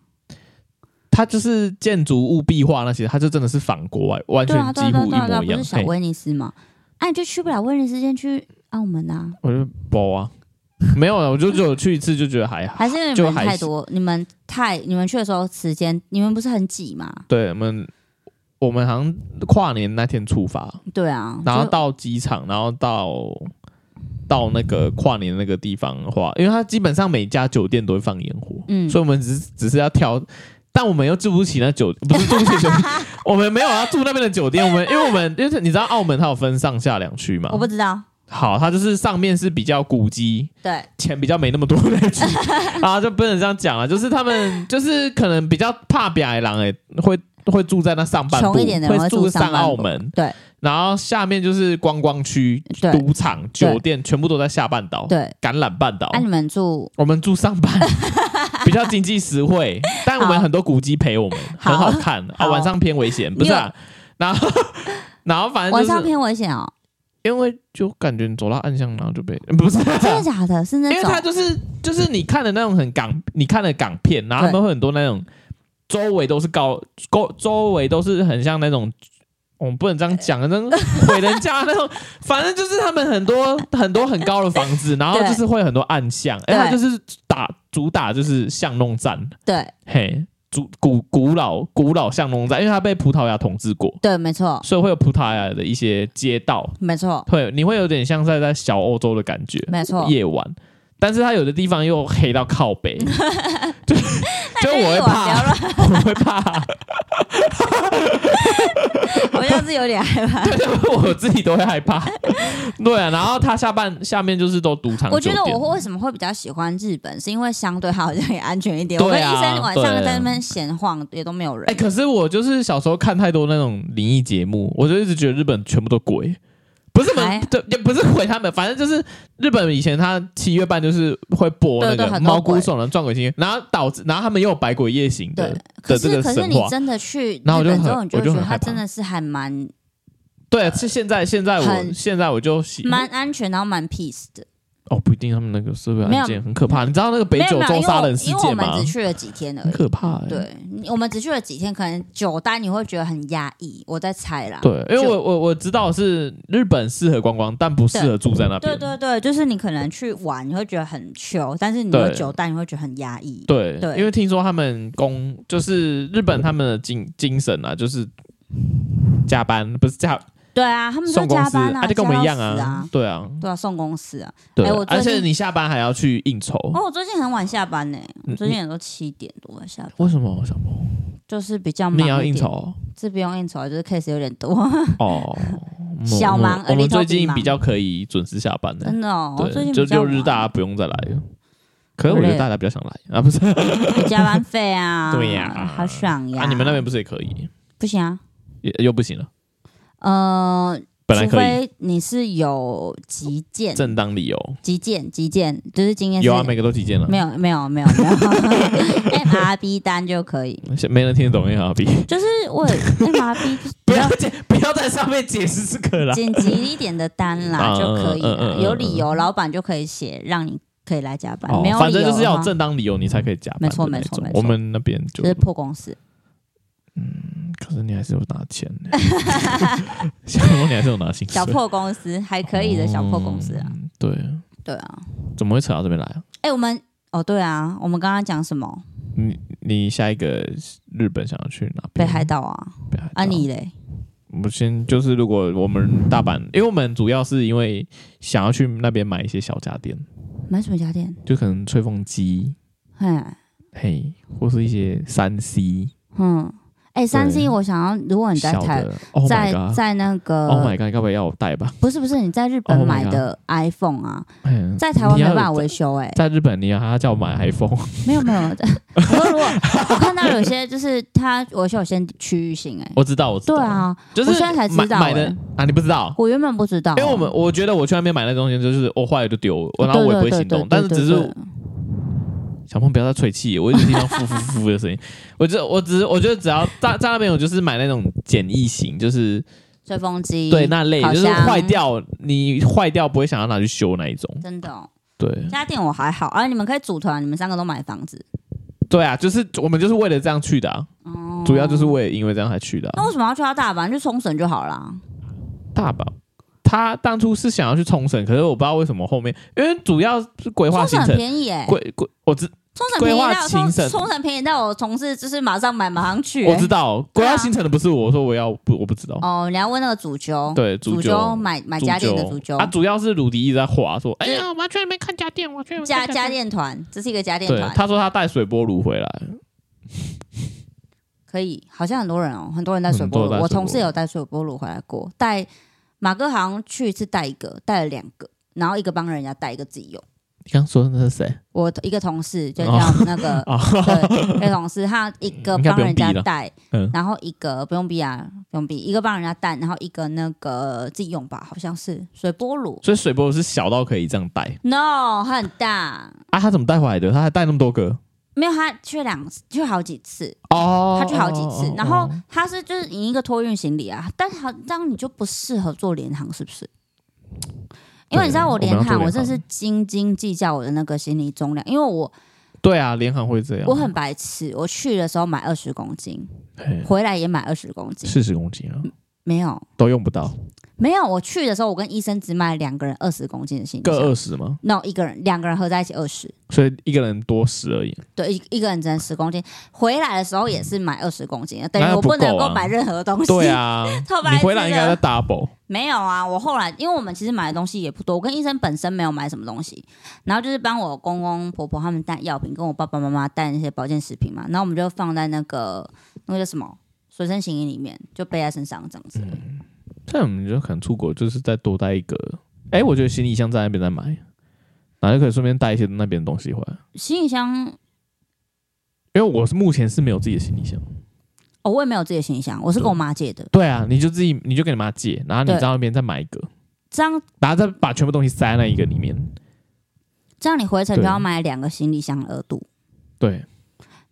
它就是建筑物壁画那些，它就真的是仿国外，完
对
全
啊，
几
对啊，
乎
对啊，
一
对啊，对啊
模一
不
样
是。小
嘿
威尼斯嘛？啊，你就去不了威尼斯，先去澳门啊。
我就包啊，没有了，我就只有去一次就觉得还好。
还是因为你
就
们
还
太
行
多，你们太你们去的时候时间，你们不是很挤吗？
对我们，我们好像跨年那天出发，
对啊，
然后
就
到机场，然后到到那个跨年那个地方的话，因为它基本上每家酒店都会放烟火，
嗯
所以我们只是只是要挑，但我们又住不起那酒，不是住不起酒 店，我们没有要住那边的酒店，我们因为我们因为你知道澳门它有分上下两区嘛
我，不知道，
好，它就是上面是比较古迹，
对，
钱比较没那么多那 区，啊，就不能这样讲了。就是他们就是可能比较怕表的狼诶，会会住在那上半部，
穷一点的人
会
住
住上
上半
澳
部
门，
对
然后下面就是观光区、
对
赌场、酒店，全部都在下半岛、
对。啊
橄榄半岛
那、。你们住
我们住上 半，比较经济实惠，但我们很多古迹陪我们，
好
很好看啊。
好
晚上偏危险，不是啊？然后 然后反正
晚
就
上
是
偏危 险哦，
因为就感觉你走到暗巷，然后就被不是 啊
真的假的？是那
因为它
种
就是就是你看的那种很港，你看的港片，然后他们会很多那种周围都是高高，周围都是很像那种。我们不能这样讲，那种毁人家那种， 反正就是他们很多很多很高的房 子，然后
对
就是会有很多暗巷，哎，它
对
就是打主打就是巷弄战，
对
嘿，主古古老古老巷弄战，因为它被葡萄牙统治过，
对，没错
所以会有葡萄牙的一些街道，
没 错
会你会有点像在在小欧洲的感觉，
没错。
夜晚，但是它有的地方又黑到靠 北，就就我会
不要
怕，
乱，
我会怕，
我像是 有点害怕。
我自己都会害怕。 对啊，然后它下半下面就是都赌场
我觉得
酒店
我会为什么会比较喜欢日本，是因为相对它好像也安全一点。我
对
跟医
啊
生晚上
对
在那边闲晃，也都没有人。
哎、可是我就是小时候看太多那种灵异节目，我就一直觉得日本全部都鬼，不是什么
还
对，也不是毁他们，反正就是日本以前他七月半就是会播那
对对
个
很多
毛骨
鬼
悚然撞鬼经验，然后导致，然后他们又有百鬼夜行的
对，
的
可
这
是
个
可是
神
你
话。
真的去日
然后我就
本之
很
后，你就
我
会
就
觉
很
得
害
它
怕
真的是还蛮
对，是现在现在我
很
现在我就喜
蛮安全，然后蛮 peace 的。
哦，不一定他们那个社会
没有
案件很可怕，你知道那个北
没有
九
没有
州
因为
杀
我
人事
因为我
件
们
吗
只？去了几天而
很
已。
可怕、欸，
对，啊你我们只去了几天，可能九单你会觉得很压抑，我在猜啦。
对，因为
就
我我我知道是日本适合观光，但不适合住在那边
对。对对，就是你可能去玩，你会觉得很糗，但是你有
对
酒蛋，你会觉得很压抑。
对，
对
因为听说他们工就是日本他们的精精神啊，就是加班不是加
对啊，他们说
送公
加
司，
班
就跟我们一样
加到死
啊
啊，，
对啊，
对啊，送公司啊。
对
哎我，
而
最近
且你下班还要去应酬，
哦，我最近很晚下班呢、
嗯
我最近也都七点多才下班，
为什么？为什么？
就是比较忙
你也要
一
应
点
酬，哦
是不用应酬啊，就是 case 有点多，
哦？我
小忙
我我们
a little
最近
bit 忙
比较可以准时下班的，
真的哦。我最
对，
近
就
比较
六日
晚
大家不用再来了。可是我觉
好
得
累
大家比较想来啊，不是？
有加班费啊，
对呀
好爽呀。
啊，你们那边不是也可以？
不行啊？
也又不行了，
呃，
本来
除
可以，
非你是有急件、
正当理由
急件、急件，就是今天是
有啊，每个都体检了，
没有没有没有 没有 MRB 单就可以，
没没人听得懂 A R B，
就是我 MRB
不
比
要
较
解，不要在上面解释这个啦。
紧急一点的单 啦
嗯
就可以
嗯嗯
啦
嗯，嗯
有理由老板就可以写让你可以来加班， 没有
哦反
理
正
由
就是
的
要有
话
正当理由你才可以加班的那种。
没错没错没错
我们那边就
就是破公司，
可是你还是有拿钱 的，小破你还是有拿薪水，
小破公司还可以的小破公司啊，
嗯对，
对啊，
怎么会扯到这边来啊？
哎我们哦对啊，我们刚刚讲什么
你你下一个日本想要去哪
北
边？
海道啊
北海道
啊你嘞
我先就是，如果我们大阪，因为我们主要是因为想要去那边买一些小家电，
买什么家电？
就可能吹风机，
嘿
嘿，或是一些三 C
嗯，哎三 C
对
我想要，如哦果你在
小
台
的。Oh
在
my god！Oh
在呃那个
my god！该不会要我带吧？
不是不是，你在日本
Oh my
买
God
的 iPhone 啊，
嗯
在台湾
你
没
要
办法维修哎、
在日本，你要他叫我买 iPhone，
没 有没有。我说如果我看到有些就是它维修有些区域性哎、
我知道，我知道，
对，啊，
就是
我现在才知道
买买的
欸
啊，你不知道，
我原本不知道，
因为我们我觉得我去那边买那东西，就是我坏了就丢，我然后我也不会行动，但
哦对
是只
对对对
是
对对
小鹏不要再吹气，我一直听到呼呼呼的声音。 我只我只是我觉得只要在在那边，我就是买那种简易型，就是
吹风机
对那类，
烤
就
箱
是坏掉你坏掉不会想要拿去修那一种。
真的、哦、
对
家电我还好啊，你们可以组团，你们三个都买房子，
对啊，就是我们就是为了这样去的、啊，
哦
主要就是为了因为这样才去的啊、
那为什么要去到大阪？去冲绳就好啦。
大阪。他当初是想要去冲绳，可是我不知道为什么后面，因为主要是规划
冲
行
绳很
程，
便宜哎、
规规我知
冲绳便宜
规划
到
行
冲
程
冲绳便宜到我同事就是马上买马上去、
我
欸
知道规划
对啊
行程的不是我，我说我要不我不知道，
哦，你要问那个主揪，
对
主
足球
买买家电的主揪
啊，，主要是鲁迪一直在划说，哎
是
呀，我要去那边看家电，我要去那边
家
看
家。电团，这是一个家电
对，
团，
他说他带水波炉回来，
可以，好像很多人哦，很多人带水波
很多人
炉，
带
我
水波炉
同事有带水波炉回来过，带马哥好像去一次带一个，带了两个，然后一个帮人家带，一个自己用。
你刚说那是谁？
我一个同事就
哦
叫那个、
哦
对，一个同事他一个
应该
帮
不用
人家
逼了
带
嗯，
然后一个不用逼啊，不用逼，一个帮人家带，然后一个那个自己用吧，好像是水波炉。
所以水波炉是小到可以这样带
No，它很大，
啊？他怎么带回来的？他还带那么多个
没有他去两次，去好几次，
哦
他去好几次，然后
哦
他是就是你一个托运行李啊，但好这样你就不适合做联航，是不是？因为你知道我联
我们要
航，
做联航
我真的是斤斤计较我的那个行李重量，因为我
对啊，联航会这样，
我很白痴，我去的时候买二十公斤，回来也买二十公斤，
四十公斤啊，
没有
都用不到，
没有，我去的时候我跟医生只买两个人二十公斤的行李
各二
箱
十吗？
，no 一个人两个人合在一起二十，
所以一个人多十而已。
对一一个人只能十公斤，回来的时候也是买二十公斤，等于
那
我
不
不能
够啊
够买任何东西，
对啊，
超白痴
你
的
回来应该在 double，
没有啊，我后来因为我们其实买的东西也不多，我跟医生本身没有买什么东西，然后就是帮我公公婆婆他们带药品，跟我爸爸妈妈带那些保健食品嘛，然后我们就放在那个那个叫什么随身行李里面，就背在身上嗯这样子。
这样我们就可能出国就是再多带一个。哎、我觉得行李箱在那边再买，然后就可以顺便带一些那边的东西回来。
行李箱
因为我是目前是没有自己的行李箱。
哦，我也没有自己的行李箱，我是跟我妈借的。
对啊，你就自己你就给你妈借，然后你
对
在那边再买一个。
这样
然后再把全部东西塞在那一个里面。
这样你回程就
对
要买两个行李箱额度。
对，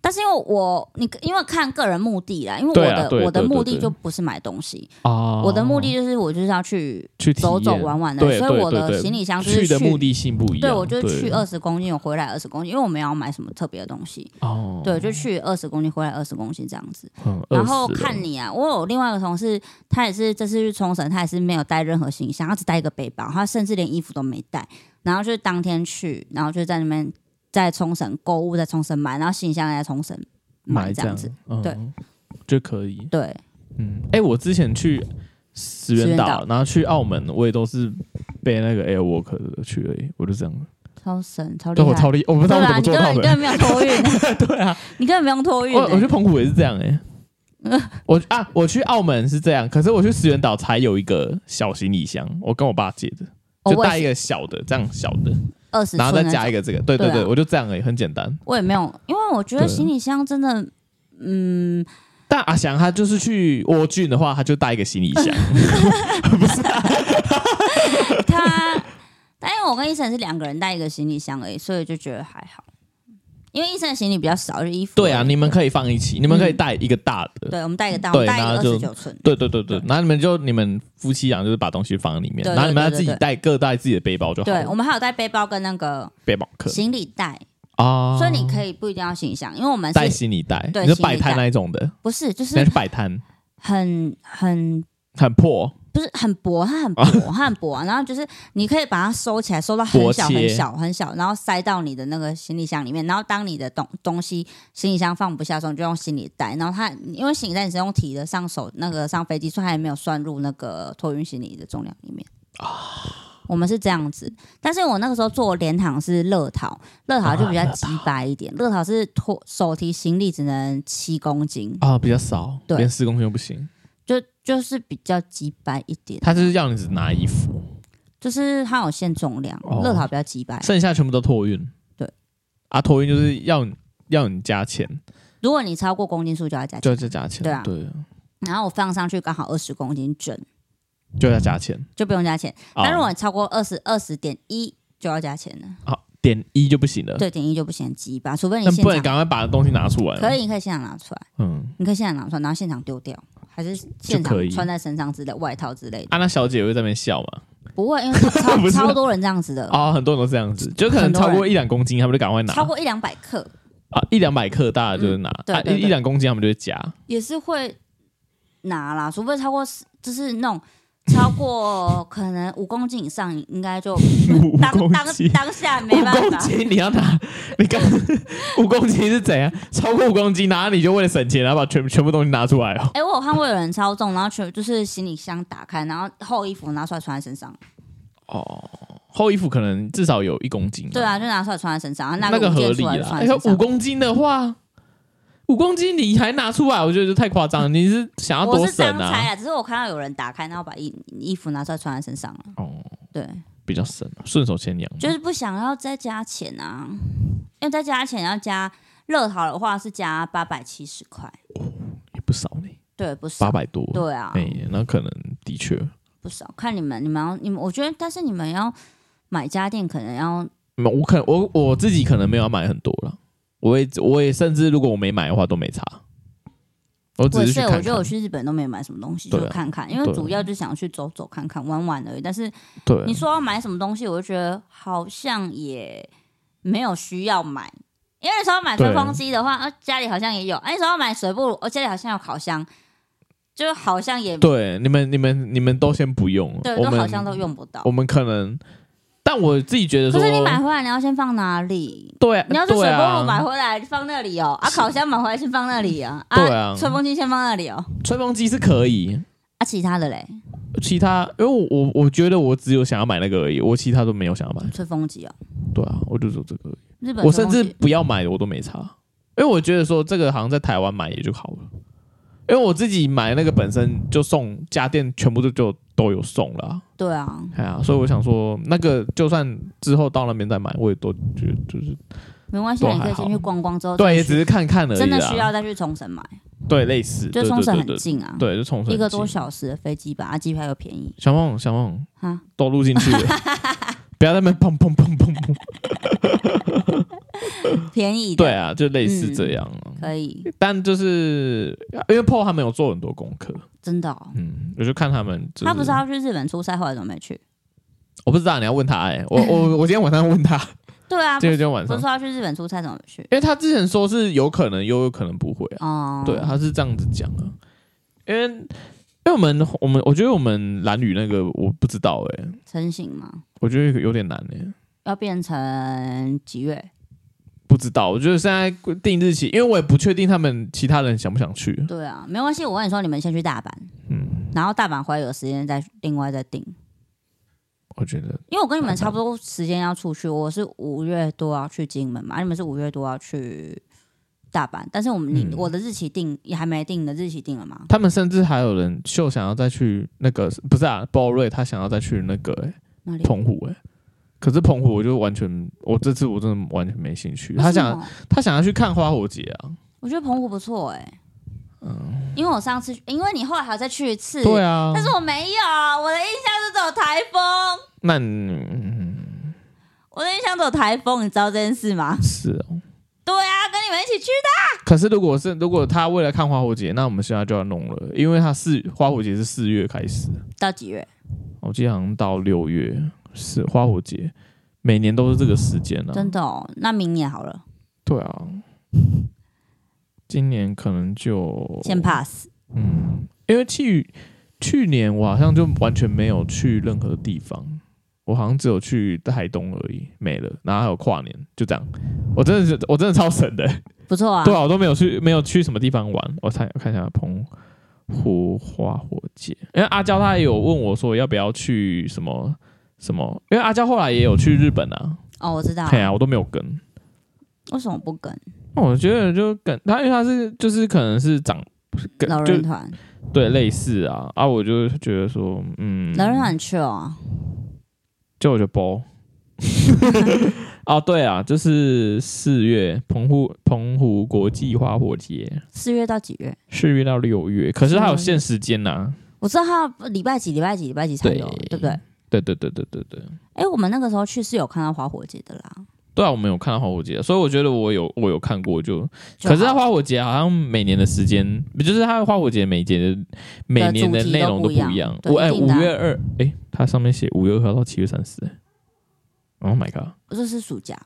但是因为我你因为看个人目的啦，因为我
对啊
的
对
我的
对对
目的
对
就不是买东西，
啊，
我的目的就是我就是要去
去体
走走
验
玩玩的，
对
所以我
对对
的
对
行李箱就是
去的目的性不一样。
对我就是去
对
二十公斤，我回来二十公斤，因为我没有要买什么特别的东西，
哦，
对，就去二十公斤，回来二十公斤这样子。
嗯，
然后
饿死了
看你啊，我有另外一个同事，他也是这次去冲绳，他也是没有带任何行李箱，他只带一个背包，他甚至连衣服都没带。然后就是当天去，然后就在那边在冲绳购物，在冲绳买，然后行李箱也在冲绳买
买
这样子。，对
嗯，就可以。
对，
嗯，哎、我之前去石
石
原
原
岛
岛，
然后去澳门，我也都是被那个 Airwalk 的去而已，我就这样。
超神超厉
但我
害
超。厉，我不知道我
对
怎
啊，
么
你
做
根
到
本你根
的。
本没有托运， 欸
对啊，
你根本不用托运
我我
欸、
去澎湖也是这样 哎、我啊，我去澳门是这样，可是我去石原岛才有一个小行李箱，我跟我爸借的，
哦
就
我
带
也
一
是
个小的，这样小的，
二十，
然后再加一个这个，对对
对
对，
啊
我就这样而已，很简单。
我也没有，因为我觉得
对
行李箱真的，嗯，
但阿翔他就是去蜗郡的话，他就带一个行李箱，
他，但因为我跟医生是两个人带一个行李箱而已，所以就觉得还好。因为医生的行李比较少，就衣服而已。
对啊，你们可以放一起，你们可以带一个大的，
嗯对，我们带一个大，我
对
们带一个
那
二
就
十九寸。
对对对对
对，
然后你们就你们夫妻俩就是把东西放在里面，
对对
然后你们要
对对
自己
对
带各带自己的背包就好
对，我
了，
们还有带背包跟那个
背包客
行李袋，
啊，
所以你可以不一定要行李箱，因为我们
带
是
行李袋，
对
你是
行李
摆摊
袋
那一种的，
不是就
那
是
是摆摊，
很很
很破，
不是很薄，它很薄，它很薄啊、然后就是你可以把它收起来，收到很小
薄切
很小很小，然后塞到你的那个行李箱里面。然后当你的东东西行李箱放不下的时候，你就用行李袋。然后它因为行李袋你是用提的上手那个上飞机，所以它也没有算入那个托运行李的重量里面。我们是这样子，但是我那个时候做联航是乐淘，乐淘就比较
啊乐淘
鸡掰一点，乐淘是拖手提行李只能七公斤，
啊，比较少，
嗯对
连四公斤都不行，
就就是比较鸡掰一点。
他就是要你只拿衣服，
就是它有限重量，
哦
乐淘比较几百。
剩下全部都托运，
哎对，
啊，托运就是要你要你加钱，
如果你超过公斤数就要加
就
钱，
要加钱，
对啊
对，
然后我放上去刚好二十公斤整，
就要加钱，
就不用加钱。
啊
但如果你超过二十二十点一就要加钱了，
啊点一就不行了，
对点一就不嫌鸡吧，除非你
但
现
不能
场
赶快把东西拿出来，
可，以，你可以现场拿出来，
嗯。
你可以现场拿出来，然后现场丢掉，还是现
可
场
以
穿在身上之类外套之类 的，
啊，那小姐会在那边笑嘛？
不会，因为超
不
超
是
超多人这样子的，
啊、很多人都这样子，就可能
呃很多
超
人
过一两公斤，他们就赶快拿。
超过一两百克
啊，一两百克大家就是拿，
对对
啊，
对
一一两公斤他们就会加。
也是会拿啦，除非超过十就是那种。超过可能五公斤以上，应该就
五
当
公
当
斤，
当下没
五
办
公
法，
斤你要拿，你 刚五公斤是怎样？超过五公斤，然后你就为了省钱，然后把全全部东西拿出来哦。
哎、我有看过有人超重，然后全就是行李箱打开，然后厚衣服拿出来穿在身上。
哦厚衣服可能至少有一公斤，
对，啊，就拿出来穿在身上，然后
那
拿
个
五
合
件
理
出来就
啦。
穿
哎
在
可
身
五
上。
公斤的话，五公斤你还拿出来，我觉得就太夸张了。你是想要多
我是这
省
样猜
啊？
啊，只是我看到有人打开，然后把衣衣服拿出来穿在身上了。
哦，
对，
比较省，啊顺手牵羊。
就是不想要再加钱啊，因为再加钱要加乐淘的话是加八百七十块，
也不少呢，
对，不
八
少。
百多。
对啊，
哎、那可能的确
不少。看你们，你们要你们，我觉得，但是你们要买家电，可能要
没有，我可我我自己可能没有要买很多了，我也我也甚至如果我没买的话都没差，我只
我也
是去
是，
看
我觉
看
得我。去日本都没买什么东西，
对
就
啊
看看，因为
对啊
主要就想去走走看看玩玩而已。但是
对啊
你，说要买什么东西，我就觉得好像也没有需要买，因为说要买吹风机的话，啊家里好像也有；，哎、啊，说要买水布炉，哦，家里好像有烤箱，就好像也
对你们你们你们都先不用，
对
我
都
们
好像都用不到
我。们可能，但我自己觉得
可
说，
是你买回来，你要先放哪里？
对啊，
你要是水
对
波炉
啊
买回来放那里哦，啊，烤箱买回来先放那里啊，
对啊
吹风机先放那里哦，
吹风机是可以，
啊，其他的嘞，
其他因为我我我觉得我只有想要买那个而已，我其他都没有想要买。
吹风机哦，
对啊，我就说这个而已，
日本
我
吹
甚
风
至
机
不要买我都没差，因为我觉得说这个好像在台湾买也就好了。因为我自己买那个本身就送家电，全部就就都有送了啊、
对啊，
哎呀，所以我想说，那个就算之后到那边再买，我也都觉得就是
没关系，
都
你可
还
以
好
先去逛逛之后，
对，也
真
只
的
是看看而已啦。
需真的需要再去冲绳买。
对，类似，
就
啊对
冲绳
对
很
对
近啊，
对，就冲绳
一个
很
多
近
小时的飞机吧，啊，机票又便宜
小梦，小梦
哈。
都录进去了，不要在那边砰砰砰砰 砰。
便宜的
对啊，就类似
嗯
这样啊、
可以，
但就是因为 PO 他们有做很多功课，
真的、哦。
嗯，我就看他们、就是，
他不是要去日本出差，后来怎么没去？
我不知道你要问他哎、我我我今天晚上问他，
对 啊，不
今天
是
今天晚
不
上
是，说要去日本出差，怎么没去？
因为他之前说是有可能，又有可能不会啊，
哦，
对啊，他是这样子讲啊，因为因为我们我们我觉得我们蓝旅那个我不知道哎、
成型吗？
我觉得有点难哎、
要变成几月？
不知道，我觉得现在定日期，因为我也不确定他们其他人想不想去。
对啊，没关系，我跟你说，你们先去大阪，嗯，然后大阪回来有时间再另外再定。
我觉得
因为我跟你们差不多时间要出去，我是五月多要去金门嘛，啊你们是五月多要去大阪，但是我们你、
嗯
我的日期定也还没定，你的日期定了吗？
他们甚至还有人秀想要再去那个，不是啊，鲍瑞他想要再去那个、欸、
那里
澎湖哎、欸可是澎湖我就完全，我这次我真的完全没兴趣。他
为什
想
么
他想要去看花火节啊，
我觉得澎湖不错哎、因为我上次因为你后来还要再去一次，
嗯对啊，
但是我没有，我的印象是只有台风，
那嗯
我的印象只有台风，你知道这件事吗？
是哦。
对啊，跟你们一起去的，
可是如果是如果他为了看花火节，那我们现在就要弄了，因为他四花火节是四月开始，
到几月？
我记得好像到六月是花火节，每年都是这个时间啊。
真的哦，那明年好了，
对啊，今年可能就
先 pass。
嗯，因为去去年我好像就完全没有去任何地方，我好像只有去台东而已，没了。然后还有跨年，就这样。我真的是我真的超神的、
不错啊，
对啊，我都没有去没有去什么地方玩。我看看一下澎湖花火节，因为阿娇她也有问我说要不要去什么什么，因为阿娇后来也有去日本啊，
哦，我知道，
对啊，我都没有跟。
为什么不跟
那我觉得就跟他，因为他是就是可能是长跟
老
就
人团？
对类似啊啊，我就觉得说，嗯，
老人团去哦，
就我就包。哦，对 啊，就是四月澎湖澎湖国际花火节，
四月到几月？
四月到六月，可是它有限时间呐、
我知道他要礼拜几、礼拜几、礼拜几才有，
对
对不对？
对对对对对对，
哎，我们那个时候去是有看到花火节的啦。
对啊，我们有看到花火节，所以我觉得我有我有看过就，
就
可是它
好
花火节好像每年的时间，不就是它的花火节每节的每年的内容都不
主
一
题都
样。
不一样
我哎，
对一
五
定的啊
月二，哎，它上面写五月二号到七月三十。Oh my god！
这是暑假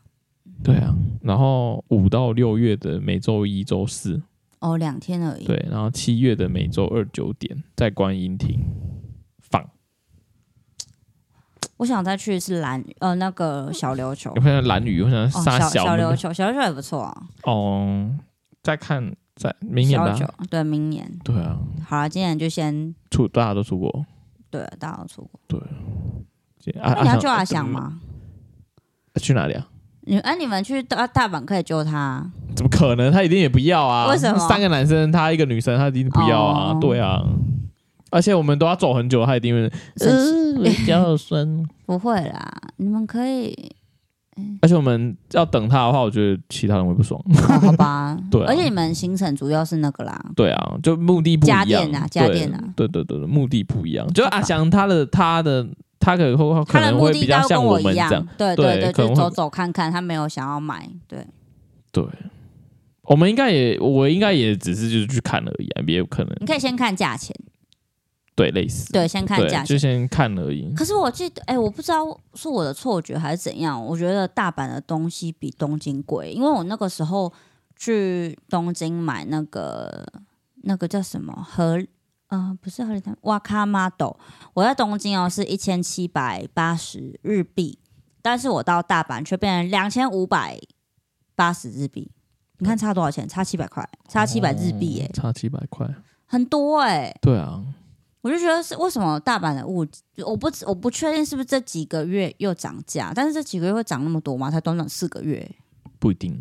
对啊，然后五到六月的每周一、周四，
哦，两天而已。
对，然后七月的每周二九点在观音亭放。
我想再去是蓝呃那个小琉球
有，没有蓝雨？我想
哦
杀
小
门
琉球，小琉球也不错啊。
哦，再看在明年
小
吧
琉。球对，明年
对啊，
好了，今年就先
出大家都出国。
对大家出国。
啊
那你要救阿翔？吗？
去哪里啊？
你哎，你们去大大阪可以救他啊，
怎么可能？他一定也不要啊！
为什么
三个男生，他一个女生，他一定不要啊！
哦
对啊，而且我们都要走很久，他一定会
生
呃脚酸。
不会啦，你们可以，
而且我们要等他的话，我觉得其他人会不爽。
哦好吧
？对啊
而且你们行程主要是那个啦，
对啊，就目的不一样。
家电啊家电啊
对对对对，目的不一样。就阿翔他的他的他可能
他
可
的
能
目
会
的
比
应该
较
会跟
像
我
们
一
这样
样，，对
对
对，
可能会
就是走走看看，他没有想要买，对，
对。我们应该也，我应该也只是就是去看而已、啊，也有可能
你可以先看价钱，
对类似，
对，先看价
对，就
钱。
先看而已。
可是我记得，哎、我不知道是我的错觉还是怎样，我觉得大阪的东西比东京贵，因为我那个时候去东京买那个那个叫什么和呃不是和里汤哇卡玛豆，我在东京哦是一千七百八十日币，但是我到大阪却变成两千五百八十日币，你看差多少钱？差七百块，差七百日币耶、
哦差七百块，
很多哎、
对啊，
我就觉得是为什么大阪的物，我不我不确定是不是这几个月又涨价，但是这几个月会涨那么多吗？才短短四个月，
不一定，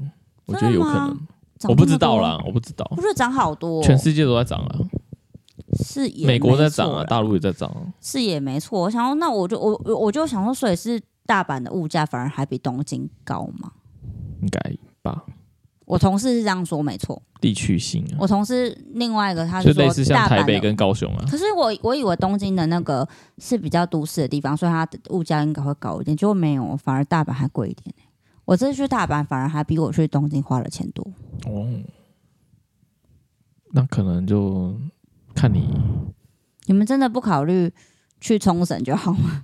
我觉得
真的
有可
吗
能，
涨
我不
这
知
么
道
多
啦，，我不知道，
我觉得涨好多、哦
全世界都在涨啊，
是也
美国在涨
没错
啊，
啦
大陆也在涨啊，
是也没错。我想说，那我就我我我就想说，所以是大阪的物价反而还比东京高嘛？
应该吧？
我同事是这样说，没错。
地区性啊，
我同事另外一个他
就是
说
类似像
大
台
阪
北
的，
跟高雄 啊。
可是我我以为东京的那个是比较都市的地方，所以它的物价应该会高一点，结果没有，反而大阪还贵一点、欸、我这次去大阪反而还比我去东京花的钱多。
哦，那可能就看你，
你们真的不考虑去冲绳就好吗？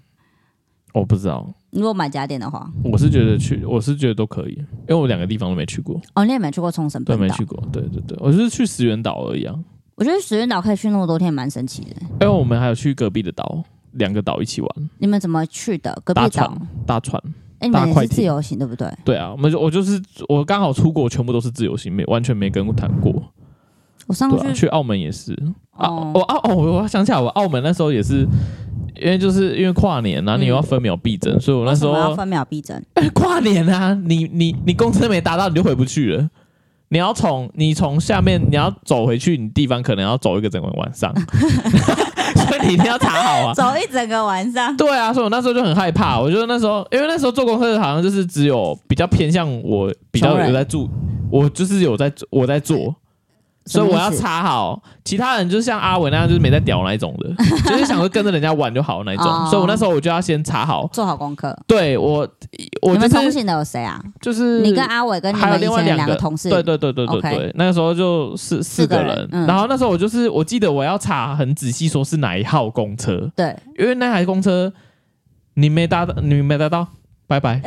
我不知道，
如果买家电的话，
我是觉得去，我是觉得都可以，因为我两个地方都没去过，
哦，你也没去过冲绳
对，
本
没
岛
去。过，对对对，我就是去石原岛而已啊。
我觉得石原岛可以去那么多天，蛮神奇的。
因为我们还有去隔壁的岛，两个岛一起玩，
你们怎么去的？隔壁
搭
岛？
船，搭船，
哎、你们
搭
也
快
是
艇
自由行对不对？
对啊，我们就我就是我刚好出国，全部都是自由行，没完全没跟我谈过，
我上
对啊，
次
去澳门也是，啊，
哦
我澳哦，我想起来，我澳门那时候也是，因为就是因为跨年、然后你又要分秒必争，所以我那时
嗯为什么要
候、
分秒必争。
跨年啊，你你你公车没搭到，你就回不去了。你要从你从下面你要走回去，你地方可能要走一个整个晚 上，所以你一定要查好啊。
走一整个晚 上，
对啊，所以我那时候就很害怕。我觉得那时候，因为那时候做功课好像就是只有比较偏向我比较
穷人
有在住，我就是有在我在做，所以我要
什么意思
插好。其他人就像阿文那样，就是没在屌那一种 的，就是想说跟着人家玩就好那一种。
哦
所以我那时候我就要先查好。
做好功课。
对我，我
你们
就
同
是
行的有谁啊？
就是
你跟阿伟跟你
嗯还有
们以
另外
前
两
两
个
个同事，
对对对对对
OK
对那个时候就四四
个
个
人
人，
嗯
然后那时候我就是我记得我要查很仔细，说是哪一号公车，
对
因为那台公车你没搭到，你没搭到，拜 拜，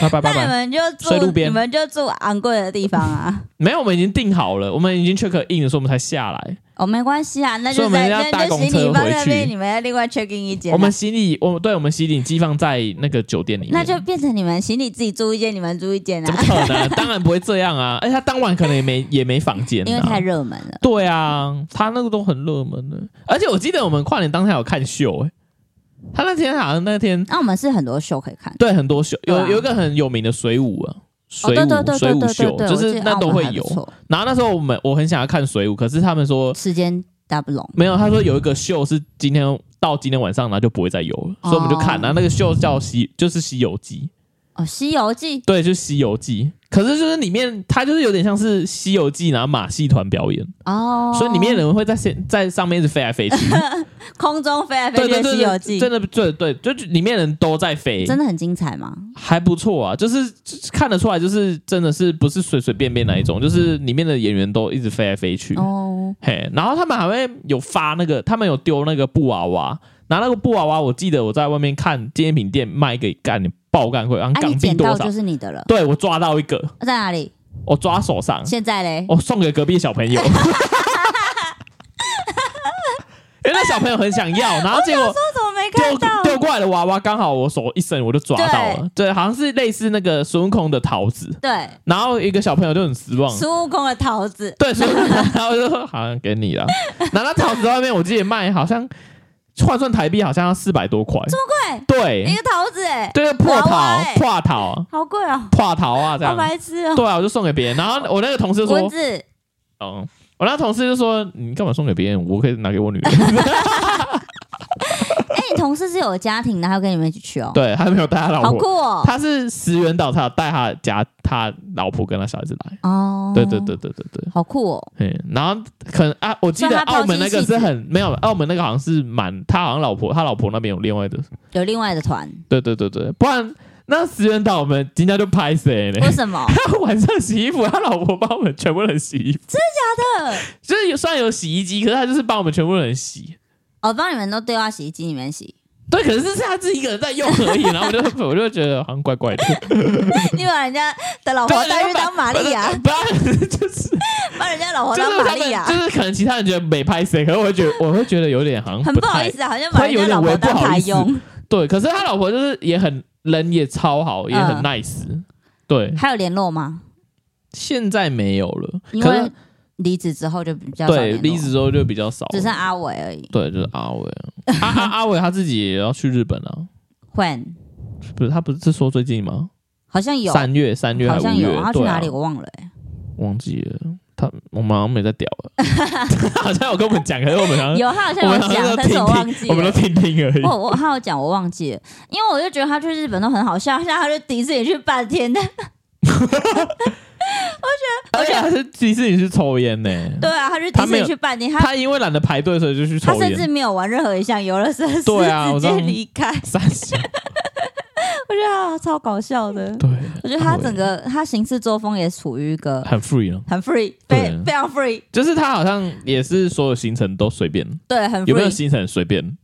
拜拜拜
那
拜。
你们就
睡
住
路边
你们就住昂贵的地方啊。
没有，我们已经订好了，我们已经 check in 了，所以我们才下来。
哦，没关系啊，
所
那
以
就
我们
在
要搭
那就
公车
行李放那
回去
边，你们要另外 check in 一间啊。
我们行李，我对我们行李寄放在那个酒店里面。
那就变成你们行李自己住一间，你们住一间
怎么
啊，
可能？当然不会这样 啊！而且他当晚可能也没也没房间、啊，
因为太热门了。
对啊，他那个都很热门的。而且我记得我们跨年当天有看秀、欸，他那天好像那天
哦那我们是很多秀可以看，
对很多秀，有、
对啊
有一个很有名的水舞啊，水
哦，
舞、
对对对
水
对
舞
对
秀，
对对，
就
我记
是
得
那
澳
都
门
会
还不
有。
错
然后那时候我们我很想要看水舞，可是他们说
时间搭不拢。
没有，他说有一个秀是今天到今天晚上，然后就不会再有了，所以我们就看。
哦
然后那个秀叫西，就是《西游记
哦，《西游记》》，
对，就是《西游记》。可是就是里面它就是有点像是《西游记》，然后马戏团表演，
哦，
所以里面的人会在先在上面一直飞来飞 去。
空中飞来飞
对
去
对
的《
对
西游记
对，》真的对对，就是里面人都在飞，
真的很精彩吗？
还不错啊，就是就是看得出来，就是真的是不是随随便便那一种，就是里面的演员都一直飞来飞去。
哦，
嘿，然后他们还会有发那个，他们有丢那个布娃娃，拿那个布娃娃，我记得我在外面看纪念品店卖给干，爆干会，然后
啊，你
港币
捡
多
到
少？
就是你的了，
对我抓到一个，
在哪里？
我抓手上，
现在嘞？
我送给隔壁小朋 友，因为那小朋友很想要，然后结果
我怎么没看
丢
到？
丢过来的娃娃刚好我手一伸我就抓到了，对，好像是类似那个孙悟空的桃子，
对，
然后一个小朋友就很失望，
孙悟空的桃子，
对，所以然后就说好像给 你了。拿到桃子在外面，我记得卖好像换算台币好像要四百多块，这么贵？
一
对，
个桃子，哎，
对，破
娃娃
桃
欸、
破桃、
好贵哦，
破桃啊，这
好
样。
白痴哦。
对啊，我就送给别人。然后我那个同事
蚊
说，
子，
嗯，我那同事就说你干嘛送给别人？我可以拿给我女 人。
哎，你同事是有家庭的，还要跟你们一起去哦，
对，他没有带他老
好
婆，
酷哦。
他是石原岛，他有带他家他老婆跟他小孩子来。
哦，
对对，对对对对。
好酷哦。
嗯，然后可能啊，我记
所
得
以他抛
澳门
妻
那个
弃
是
子
很没有，澳门那个好像是蛮，他好像老婆他老婆那边有另外的
有另外的团，
对对对对，不然那石原岛我们今天就拍谁呢
为？什么？
他晚上洗衣服，他老婆帮我们全部人洗衣服，
真的
就是有虽然有洗衣机，可是他就是帮我们全部人洗。
我帮你们都丢到洗衣机里 面洗，
对，可是是他自己一个人在用而已，然后我 就我就觉得好像怪怪的。
你把人家的老婆啊带去当玛利亚，
不然就是
把人家老婆
就
当
是
玛
他
利亚
们，就是可能其他人觉得没拍谁，可是我会觉得我会觉得有点好像
很不
不
好
太
意思啊，好像把人家老婆当台佣。
对。可是他老婆就是也很人也超好，也很
嗯
nice、对，
还有联络吗？
现在没有了，
因
可是
为离职之后就比较少
对
联络
离职之后就比较少了，
只剩阿伟而已。
对，就是阿伟啊， 阿阿阿伟他自己也要去日本啊，
换
不是他不是说最近吗？
好像有，
三月、三月还
好
是五
像
月？
有，他去
对
哪
啊
里？我忘了、欸，
忘记了。他我们好像没在屌了， 他好像有跟我们讲，可是我们好像
有他好像
嗯我们
有
好像都
讲，但是我忘
听
记
听，我们都
了。哦
听听而已。
我我他有讲，我忘记了，因为我就觉得他去日本都很好笑，像他就迪士尼去半天的，
而且还是迪士尼是抽烟呢、
对啊，他就迪
他
士
没
尼
有
去半年，他
他因为懒得排队，所以就去
他
抽
甚至
烟。
没有玩任何一项游乐设施，
对啊我
直
知
接
道
离开。
三十
我觉得他超搞笑的。
对，
我觉得他
对
整个他行事作风也处于一个
很 free 哦，
很 free，
对
非非常 free，
就是他好像也是所有行程都随便，
对，很
有没有
free，
行程随便？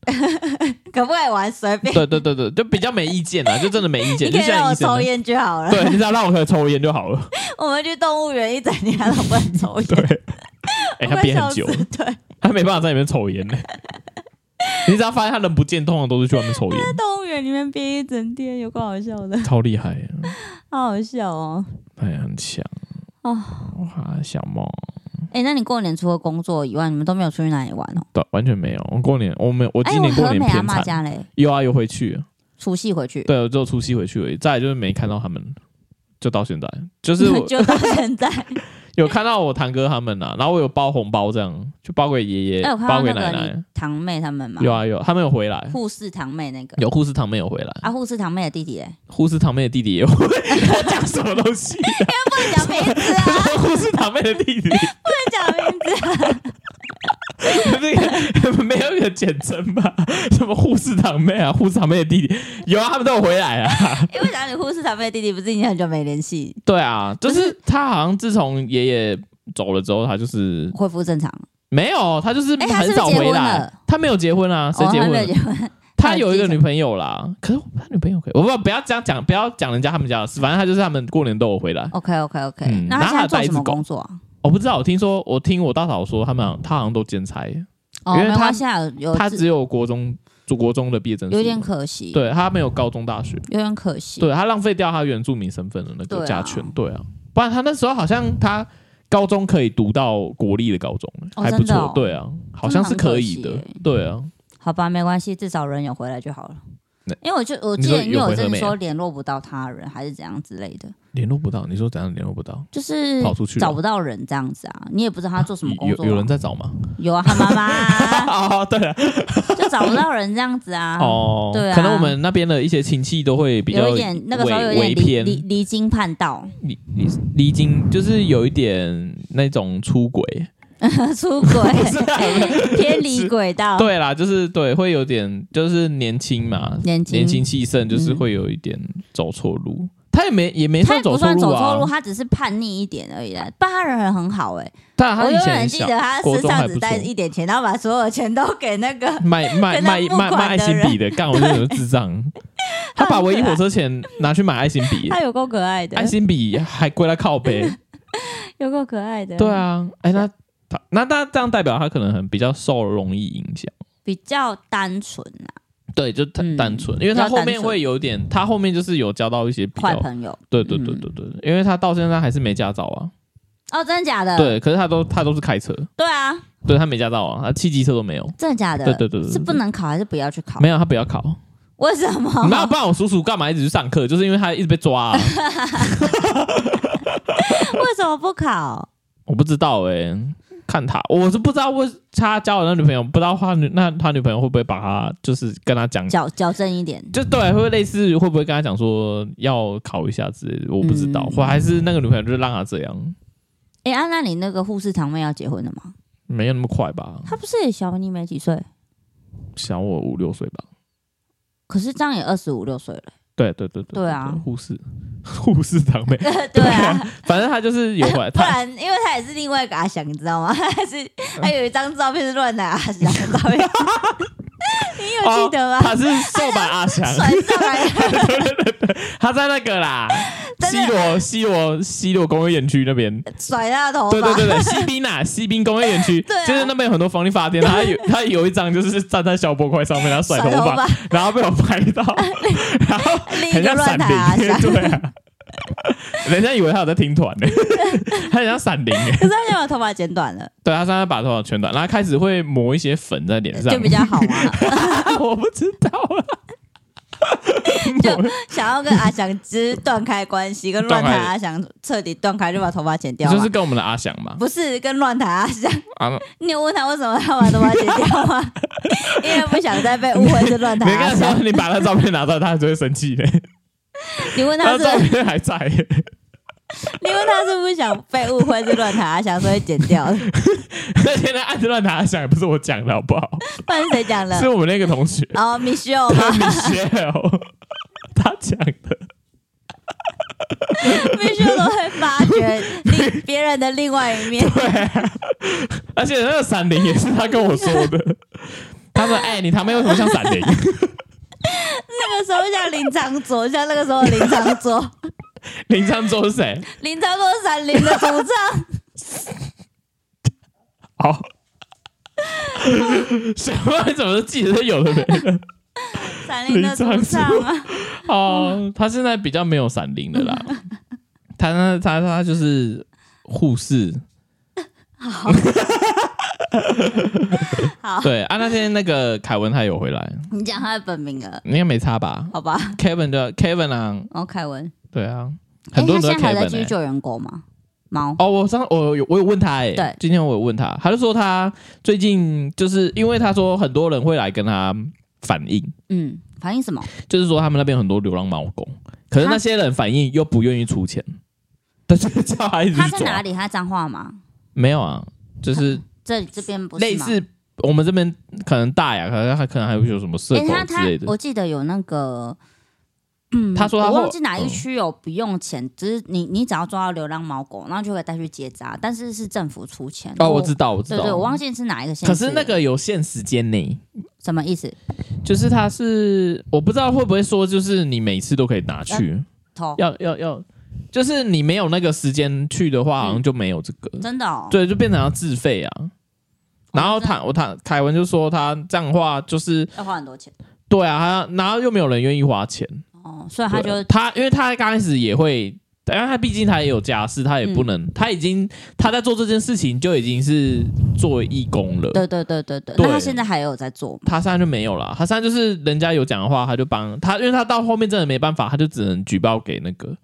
可不可以玩随便？
对对对对，就比较没意见啊，就真的没意见，
你
就
可以让
像
我
医生
抽
啊。
烟就 好了。
对，你只要让我可以抽烟就好 了。
我们去动物园一整天都不能抽
对
烟，，
哎、
我
他
快
憋
笑
很
死
久了，
对，
他没办法在里面抽 烟呢、你只要发现他人不见，通常都是去外面抽烟，
动物园里面憋一整天，有够好笑 的，
超厉害、啊，
好好笑哦。
哎呀，很强
哦，
哇！小猫，
哎，那你过年除了工作以外，你们都没有出去哪里玩哦？
对，完全没有。我过年，我没，我
哎，
今
我
年过
和
年
美阿
偏
妈
惨，
家嘞，
又啊又回去，
除夕回去，
对，我只有除夕回去而已，再来就是没看到他们，就到现在，就是我
就到现 在。
有看到我堂哥他们啊，然后我有包红包这样，就包给爷爷，
哎，我看
包
到
给
那
奶
个
奶
你，堂妹他们嘛，
有啊有，他们有回来，
护士堂妹那个
有护士堂妹有回来，
啊，护士堂妹的弟弟 嘞，
护士堂妹的弟弟也有回来， 讲什么东 西？
不能讲名字啊，
护士堂妹的弟弟，
不能讲名字啊，
那个没有一个简称吧？什么护士堂妹啊，护士堂妹的弟弟，有啊，他们都有回来啊。
因为讲你护士堂妹的弟弟不是已经很久没联系，
对啊，就是他好像自从爷爷走了之后，他就是
恢复正常。
没有，他就是
哎他
很
是不是
少回
结婚
来
了。
他没有结婚啊，谁
哦
结
他
婚
没
了？
有结婚？
他有一个女朋友啦，可是他女朋友可以，我不不要这样讲，不要讲人家他们家的事，反正他就是他们过年都有回来。
OK OK OK，、
嗯
那
然
他
后
现
他
在
有带一
做什么
只狗
工作啊？
我不知道，我听说，我听我大嫂说，他们好像他好像都兼差，
哦，
因为
没
他
关系啊，有
他
自
只有国中，做国中的毕业证书，
有点可惜，，
对他没有高中大学，
有点可惜。
对他浪费掉他原住民身份的那
对
个
啊
加权，对啊，不然他那时候好像他高中可以读到国立的高中，欸
哦
还不
真的
错，
哦
对啊，好像是可以
真的
的
很可惜耶，
对啊，
好吧，没关系，至少人有回来就好了
那。
因为我就我
你
记
说
得，因为
有
我
回
真
合
的
没啊
说
有
联络不到他人，还是怎样之类的，
联络不到，你说怎样联络不到？
就是
跑出去了
找不到人这样子啊。你也不知道他做什么工
有
作、啊，
有人在找 吗？
有啊，他妈妈、啊、
哦，对了，
就找不到人这样子啊。
哦，
对啊
可能我们那边的一些亲戚都会比较
有一点那个时候有
违
点
违
离
偏，
离离经叛道，
离离离经，就是有一点那种出轨，
出轨，哎偏离轨道。
对啦，就是对，会有点就是年轻嘛，
年轻
年轻气盛，就是会有一点走错路。他也没也没
嗯他也
走
不
错
算走错
啊
路，，他只是叛逆一点而已啦。但他人很好哎、
但啊他
我
以
永
前
远
很
记
小
得，他
国
身
中还
上
不
只
错
带一点钱，然后把所有钱都给那个。
卖卖
跟他
卖
募
卖
款
卖爱
的
心
人
笔的，干我这种智障。 他把唯一火车钱拿去买爱心笔，
他有够可爱的
爱，心笔还归他靠背。
有够可爱的。
对，啊，哎，那他那那这样代表他可能很比较受容易影响。
比较单纯啊，
对，就
嗯
很单纯，因为
比较
他后
单
面
纯
会有点，他后面就是有交到一些比
坏
较，
朋友。
对对对
嗯
对对，因为他到现在还是没驾照啊，
哦，真的假的？
对，可是他都他都是开车，
对啊，
对他没驾照啊，他汽机车都没有。
真的假的？
对对对对对
是不哦能考还是不要去考？
没有，他不要考。
为什 么？
那不然我叔叔干嘛一直去上课？就是因为他一直被抓、 啊。
为什么不考？
我不知道哎、看他，我是不知道为他交的那女朋友，不知道他女那他女朋友会不会把他就是跟他讲，
矫矫正一点。
就对，会不会类似会不会跟他讲说要考一下之类的？我不知道，
嗯
或还是那个女朋友就让他这样，
哎、啊，那你那个护士堂妹要结婚了吗？
没有那么快吧？
她不是也小你没几岁？
小我五六岁吧？
可是这样也二十五六岁了。
对对对对，
对啊
护士 护士堂妹，
对 啊，
反正他就是有 回来，
不
他
然，因为他也是另外一个阿翔，你知道吗？ 他还是他有一张照片是乱拿阿翔的照片， 你 有记得啊吗？
哦他是瘦版阿翔，
甩上来，
他在那个啦，
真的
西罗西罗西罗工业园区那边，
甩他的头
对对
发，
对对，西滨 啊，西滨工业园区，
对啊
就是那边有很多房地发 电，他有他有一张就是站在小波块上面，然后甩头
头
发，，然后被我拍 到，然后
另一
很
个
像
乱
闪
拿阿
灵
翔，，
对啊， 人家以为他有在听团呢， 他很像闪灵耶，
可是他现在把头发剪短 了，
对他现在把头发全短，然后开始会抹一些粉在脸上
就，比较好啊 嘛。
我不知道啊，
就想要跟阿翔之断开关系，跟乱
断
弹
开
阿翔彻底断开，就把头发剪掉
就
嘛
是。跟我们的阿翔嘛，
不是跟乱弹阿翔，
啊，
你有问他为什么要把头发剪掉吗？ 因为不想再被误会是乱
你
弹啊阿
跟他
翔
说。你 把他照片拿出来，他就会生气的。
你问
他
他
的照
是
片还在，
因为他是不想被误会是乱塔想所以剪掉啊 的。
那现在按着乱打想，也不是我讲的好不好？
不然是谁讲的
是？我们那个同学
哦，Michelle 吗
Michelle，他哦 讲的。
？Michelle 都会发掘另别人的另外一面。
而且那个闪灵也是他跟我说 的。他说：“哎、你他妹为什么像闪灵？
那个时候像林长佐，像那个时候的林长佐，
林昌周是谁？
林长佐是闪灵的主唱。
好，哦 什么？怎么记得这有的 没的？
闪灵的主 唱啊，
哦，他现在比较没有闪灵 的啦。他呢，他他就是护士。
好
对啊，那天那个凯文他有回来，
你讲他的本名了，
应该没差吧
好吧？
？Kevin 的 Kevin 啊，
然后凯文，
对啊，
哎，
很多
他
人都
现
是
在还有在
Kevin
继
欸
续救援狗吗？猫
哦，我上我有我有问他哎、
对
今天我有问他，他就说他最近就是因为他说很多人会来跟他反映，
嗯，反应什么？
就是说他们那边有很多流浪猫狗，可是那些人反映又不愿意出钱，但是叫他一直
他
去
在哪
抓，
里？他在彰化吗？
没有啊，就是
这这边哦不是吗
类似我们这边可能大雅，可能还可能还会有什么社
诶
狗
他
之
他
类的，
我记得有那个，嗯，
他说他
我
后
忘记哪一区有不用钱，只是你你只要抓到流浪猫狗，然后就可以带去结扎，但是是政府出钱。
哦，我知道我知
对
道，
对，我忘记是哪一个县市
可
了。
是那个有限时间呢，
什么意思？
就是他是我不知道会不会说，就是你每次都可以拿去。
头
要要要，就是你没有那个时间去的话，
嗯
好像就没有这个，
真的哦，
对，就变成要自费啊。然后他我他凯文就说他这样的话就是
要花很多钱
对啊，他然后又没有人愿意花钱，
哦，所以他
对
就
他因为他刚开始也会，因为他毕竟他也有家室，他也不能，他已经他在做这件事情就已经是做义工了。
对对对对对。
对
那他现在还有在做吗？
他现在就没有了，他现在就是人家有讲的话，他就帮他，因为他到后面真的没办法，他就只能举报给那个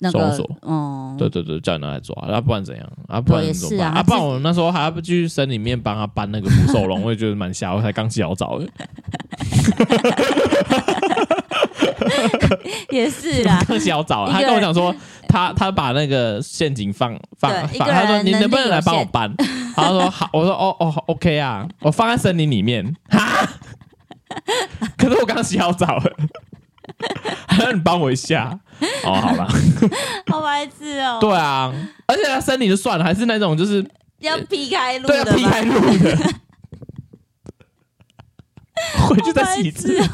那
收
个
手
哦，
对对对，叫你拿来抓，那、不然怎样？啊，不然
也
怎
是
么办？
啊
啊，不然
自己
我那时候还要去山里面帮他搬那个捕兽 笼，我也觉得蛮瞎，我才刚洗好澡而已，。
也 是啦
刚洗好澡啊，
一个
他跟我
人
讲说，他他把那个陷阱放放
对一
放，
个
他说
人
你
能
能不
力
能
有
来帮我
限
搬？ 他说好，我说哦哦，OK 啊，我放在森林里面， 哈，可是我刚洗好澡了， 还让你帮我一下，哦，好 了，
好白痴哦，
对啊，而且他森林就算了，还是那种就是
要劈开路
对啊，
的
劈开
吧？
路的。 回去再洗一次，
啊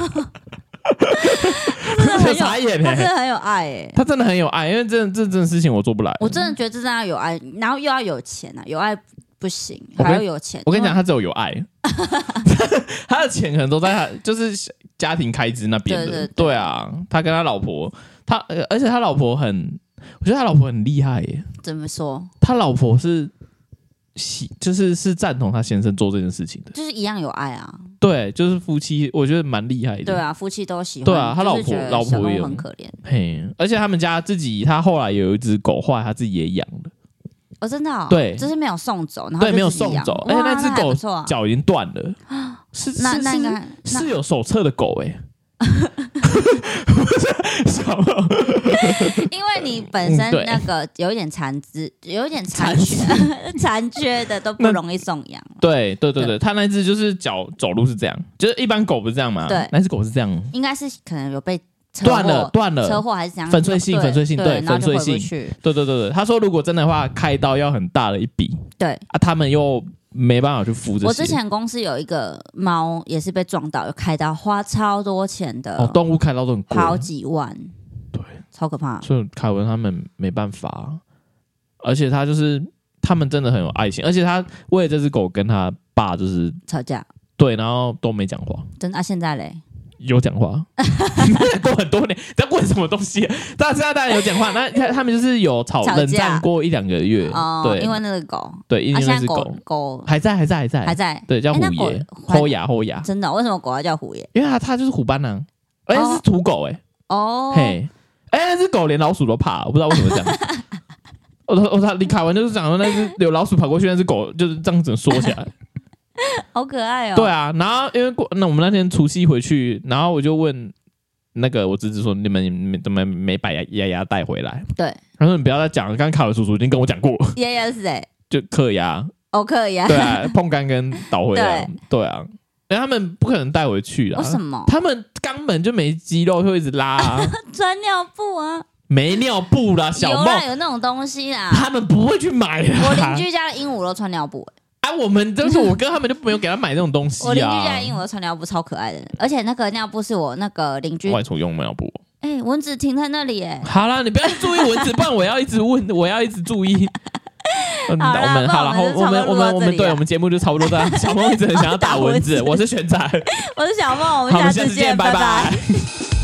真的很有
傻眼
哦他真
欸！
的很有爱哎。
他真的很有爱，因为这这这种事情我做不来。
我真的觉得这真的要有爱，然后又要有钱啊，有爱不行，
嗯我跟
还要有钱。
我跟你讲，，他只有有爱， 他的钱可能都在他就是家庭开支那边的。
对对对
啊，他跟他老婆，他呃而且他老婆很，我觉得他老婆很厉害耶。
怎么说，
他老婆是喜，就是是赞同他先生做这件事情的。
就是一样有爱啊。
对，就是夫妻，我觉得蛮厉害的。
对啊，夫妻都喜欢。
对啊他
就是
老婆
觉得
老婆
小狗
也有
很可怜。
嘿，而且他们家自己，他后来有一只狗，后来他自己也养了，
哦，真的哦。
对
就是没有送走，然后
对，
就
没有
自己
送
养
走，而且
哇
那只
还
狗
不错啊。
脚已经断 了，是是
那那应
是
该那
是有手册的狗 哎、欸， 不是 什么
因为你本身
嗯对
那个有一点残肢，有一点
残
残缺，残缺的都不
那
容易送养。
对对对对，
对
他那只就是脚走路是这样，就是一般狗不是这样嘛，
对
那只狗是这样，
应该是可能有被车祸
断了断
车
了，
祸还是怎样？
粉碎性
对
粉碎性
对，
对
然后就
粉碎
回不
性
去。
对对对对，他说如果真的话，开刀要很大的一笔
对，
啊，他们又没办法去付这些，
我之前公司有一个猫也是被撞到，有开刀，花超多钱的，
哦，动物开刀都很贵，
好几万，
对，
超可怕。
所以凯文他们没办法，而且他就是他们真的很有爱心，而且他为了这只狗跟他爸就是
吵架，
对，然后都没讲话，
真的啊，现在嘞，
有讲话， 过很多年，在问什么东西？但现在当然有讲话， 那他他们就是有吵
吵架
冷战过一两个月，
哦、
对，
因为那个狗，啊，
对，因为
现
那
在
只
狗
狗
狗
还在，还在，还在，
还在，
对，叫
哎
虎
那狗
爷，
还
吼牙吼牙，
真的哦、为什么狗要叫虎爷？
因为他他就是虎斑狼，而且是
哦
土狗、欸，
哦，
嘿，哎、那只狗连老鼠都怕，我不知道为什么这 样。哦我我他李凯文就是讲说那只有老鼠跑过去，那只狗就是这样子缩起来。
好可爱哦。
对啊，然后因为过那我们那天除夕回去，然后我就问那个我侄子说你们你们怎么没把牙牙牙带回来？
对
他说你不要再讲了，刚刚卡尔叔叔已经跟我讲过，
爷爷是谁？
就嗑牙，
哦，可以啊。
对啊，碰杆跟倒回来，对啊，但他们不可能带回去啊
为，什么？
他们肛门就没肌肉，就一直拉、啊，
穿尿布啊，
没尿布啦，小
有
梦
啦，，有那种东西啦。
他们不会去买啦。
我邻居家的鹦鹉都穿尿布、欸
啊，我们就是我哥他们就没有给他买那种东西啊。
我邻居家的鹦鹉都穿尿布，超可爱的。而且那个尿布是我那个邻居，
外出用尿布。
哎、蚊子停在那里、欸，
好啦，你不要注意蚊子，不然我要一直问，我要一直注 意。嗯，
好啦
我们
不然
好了，
我们就
我们
差不多
我
录到
们我
这
们
里
对
啊
我们节目就差不多这样。 小梦一直很想要打蚊
打
子，我是玄仔，
我是小梦，我
好，我
们
们
哎下
下
次
次见，
见，拜
拜
拜。
拜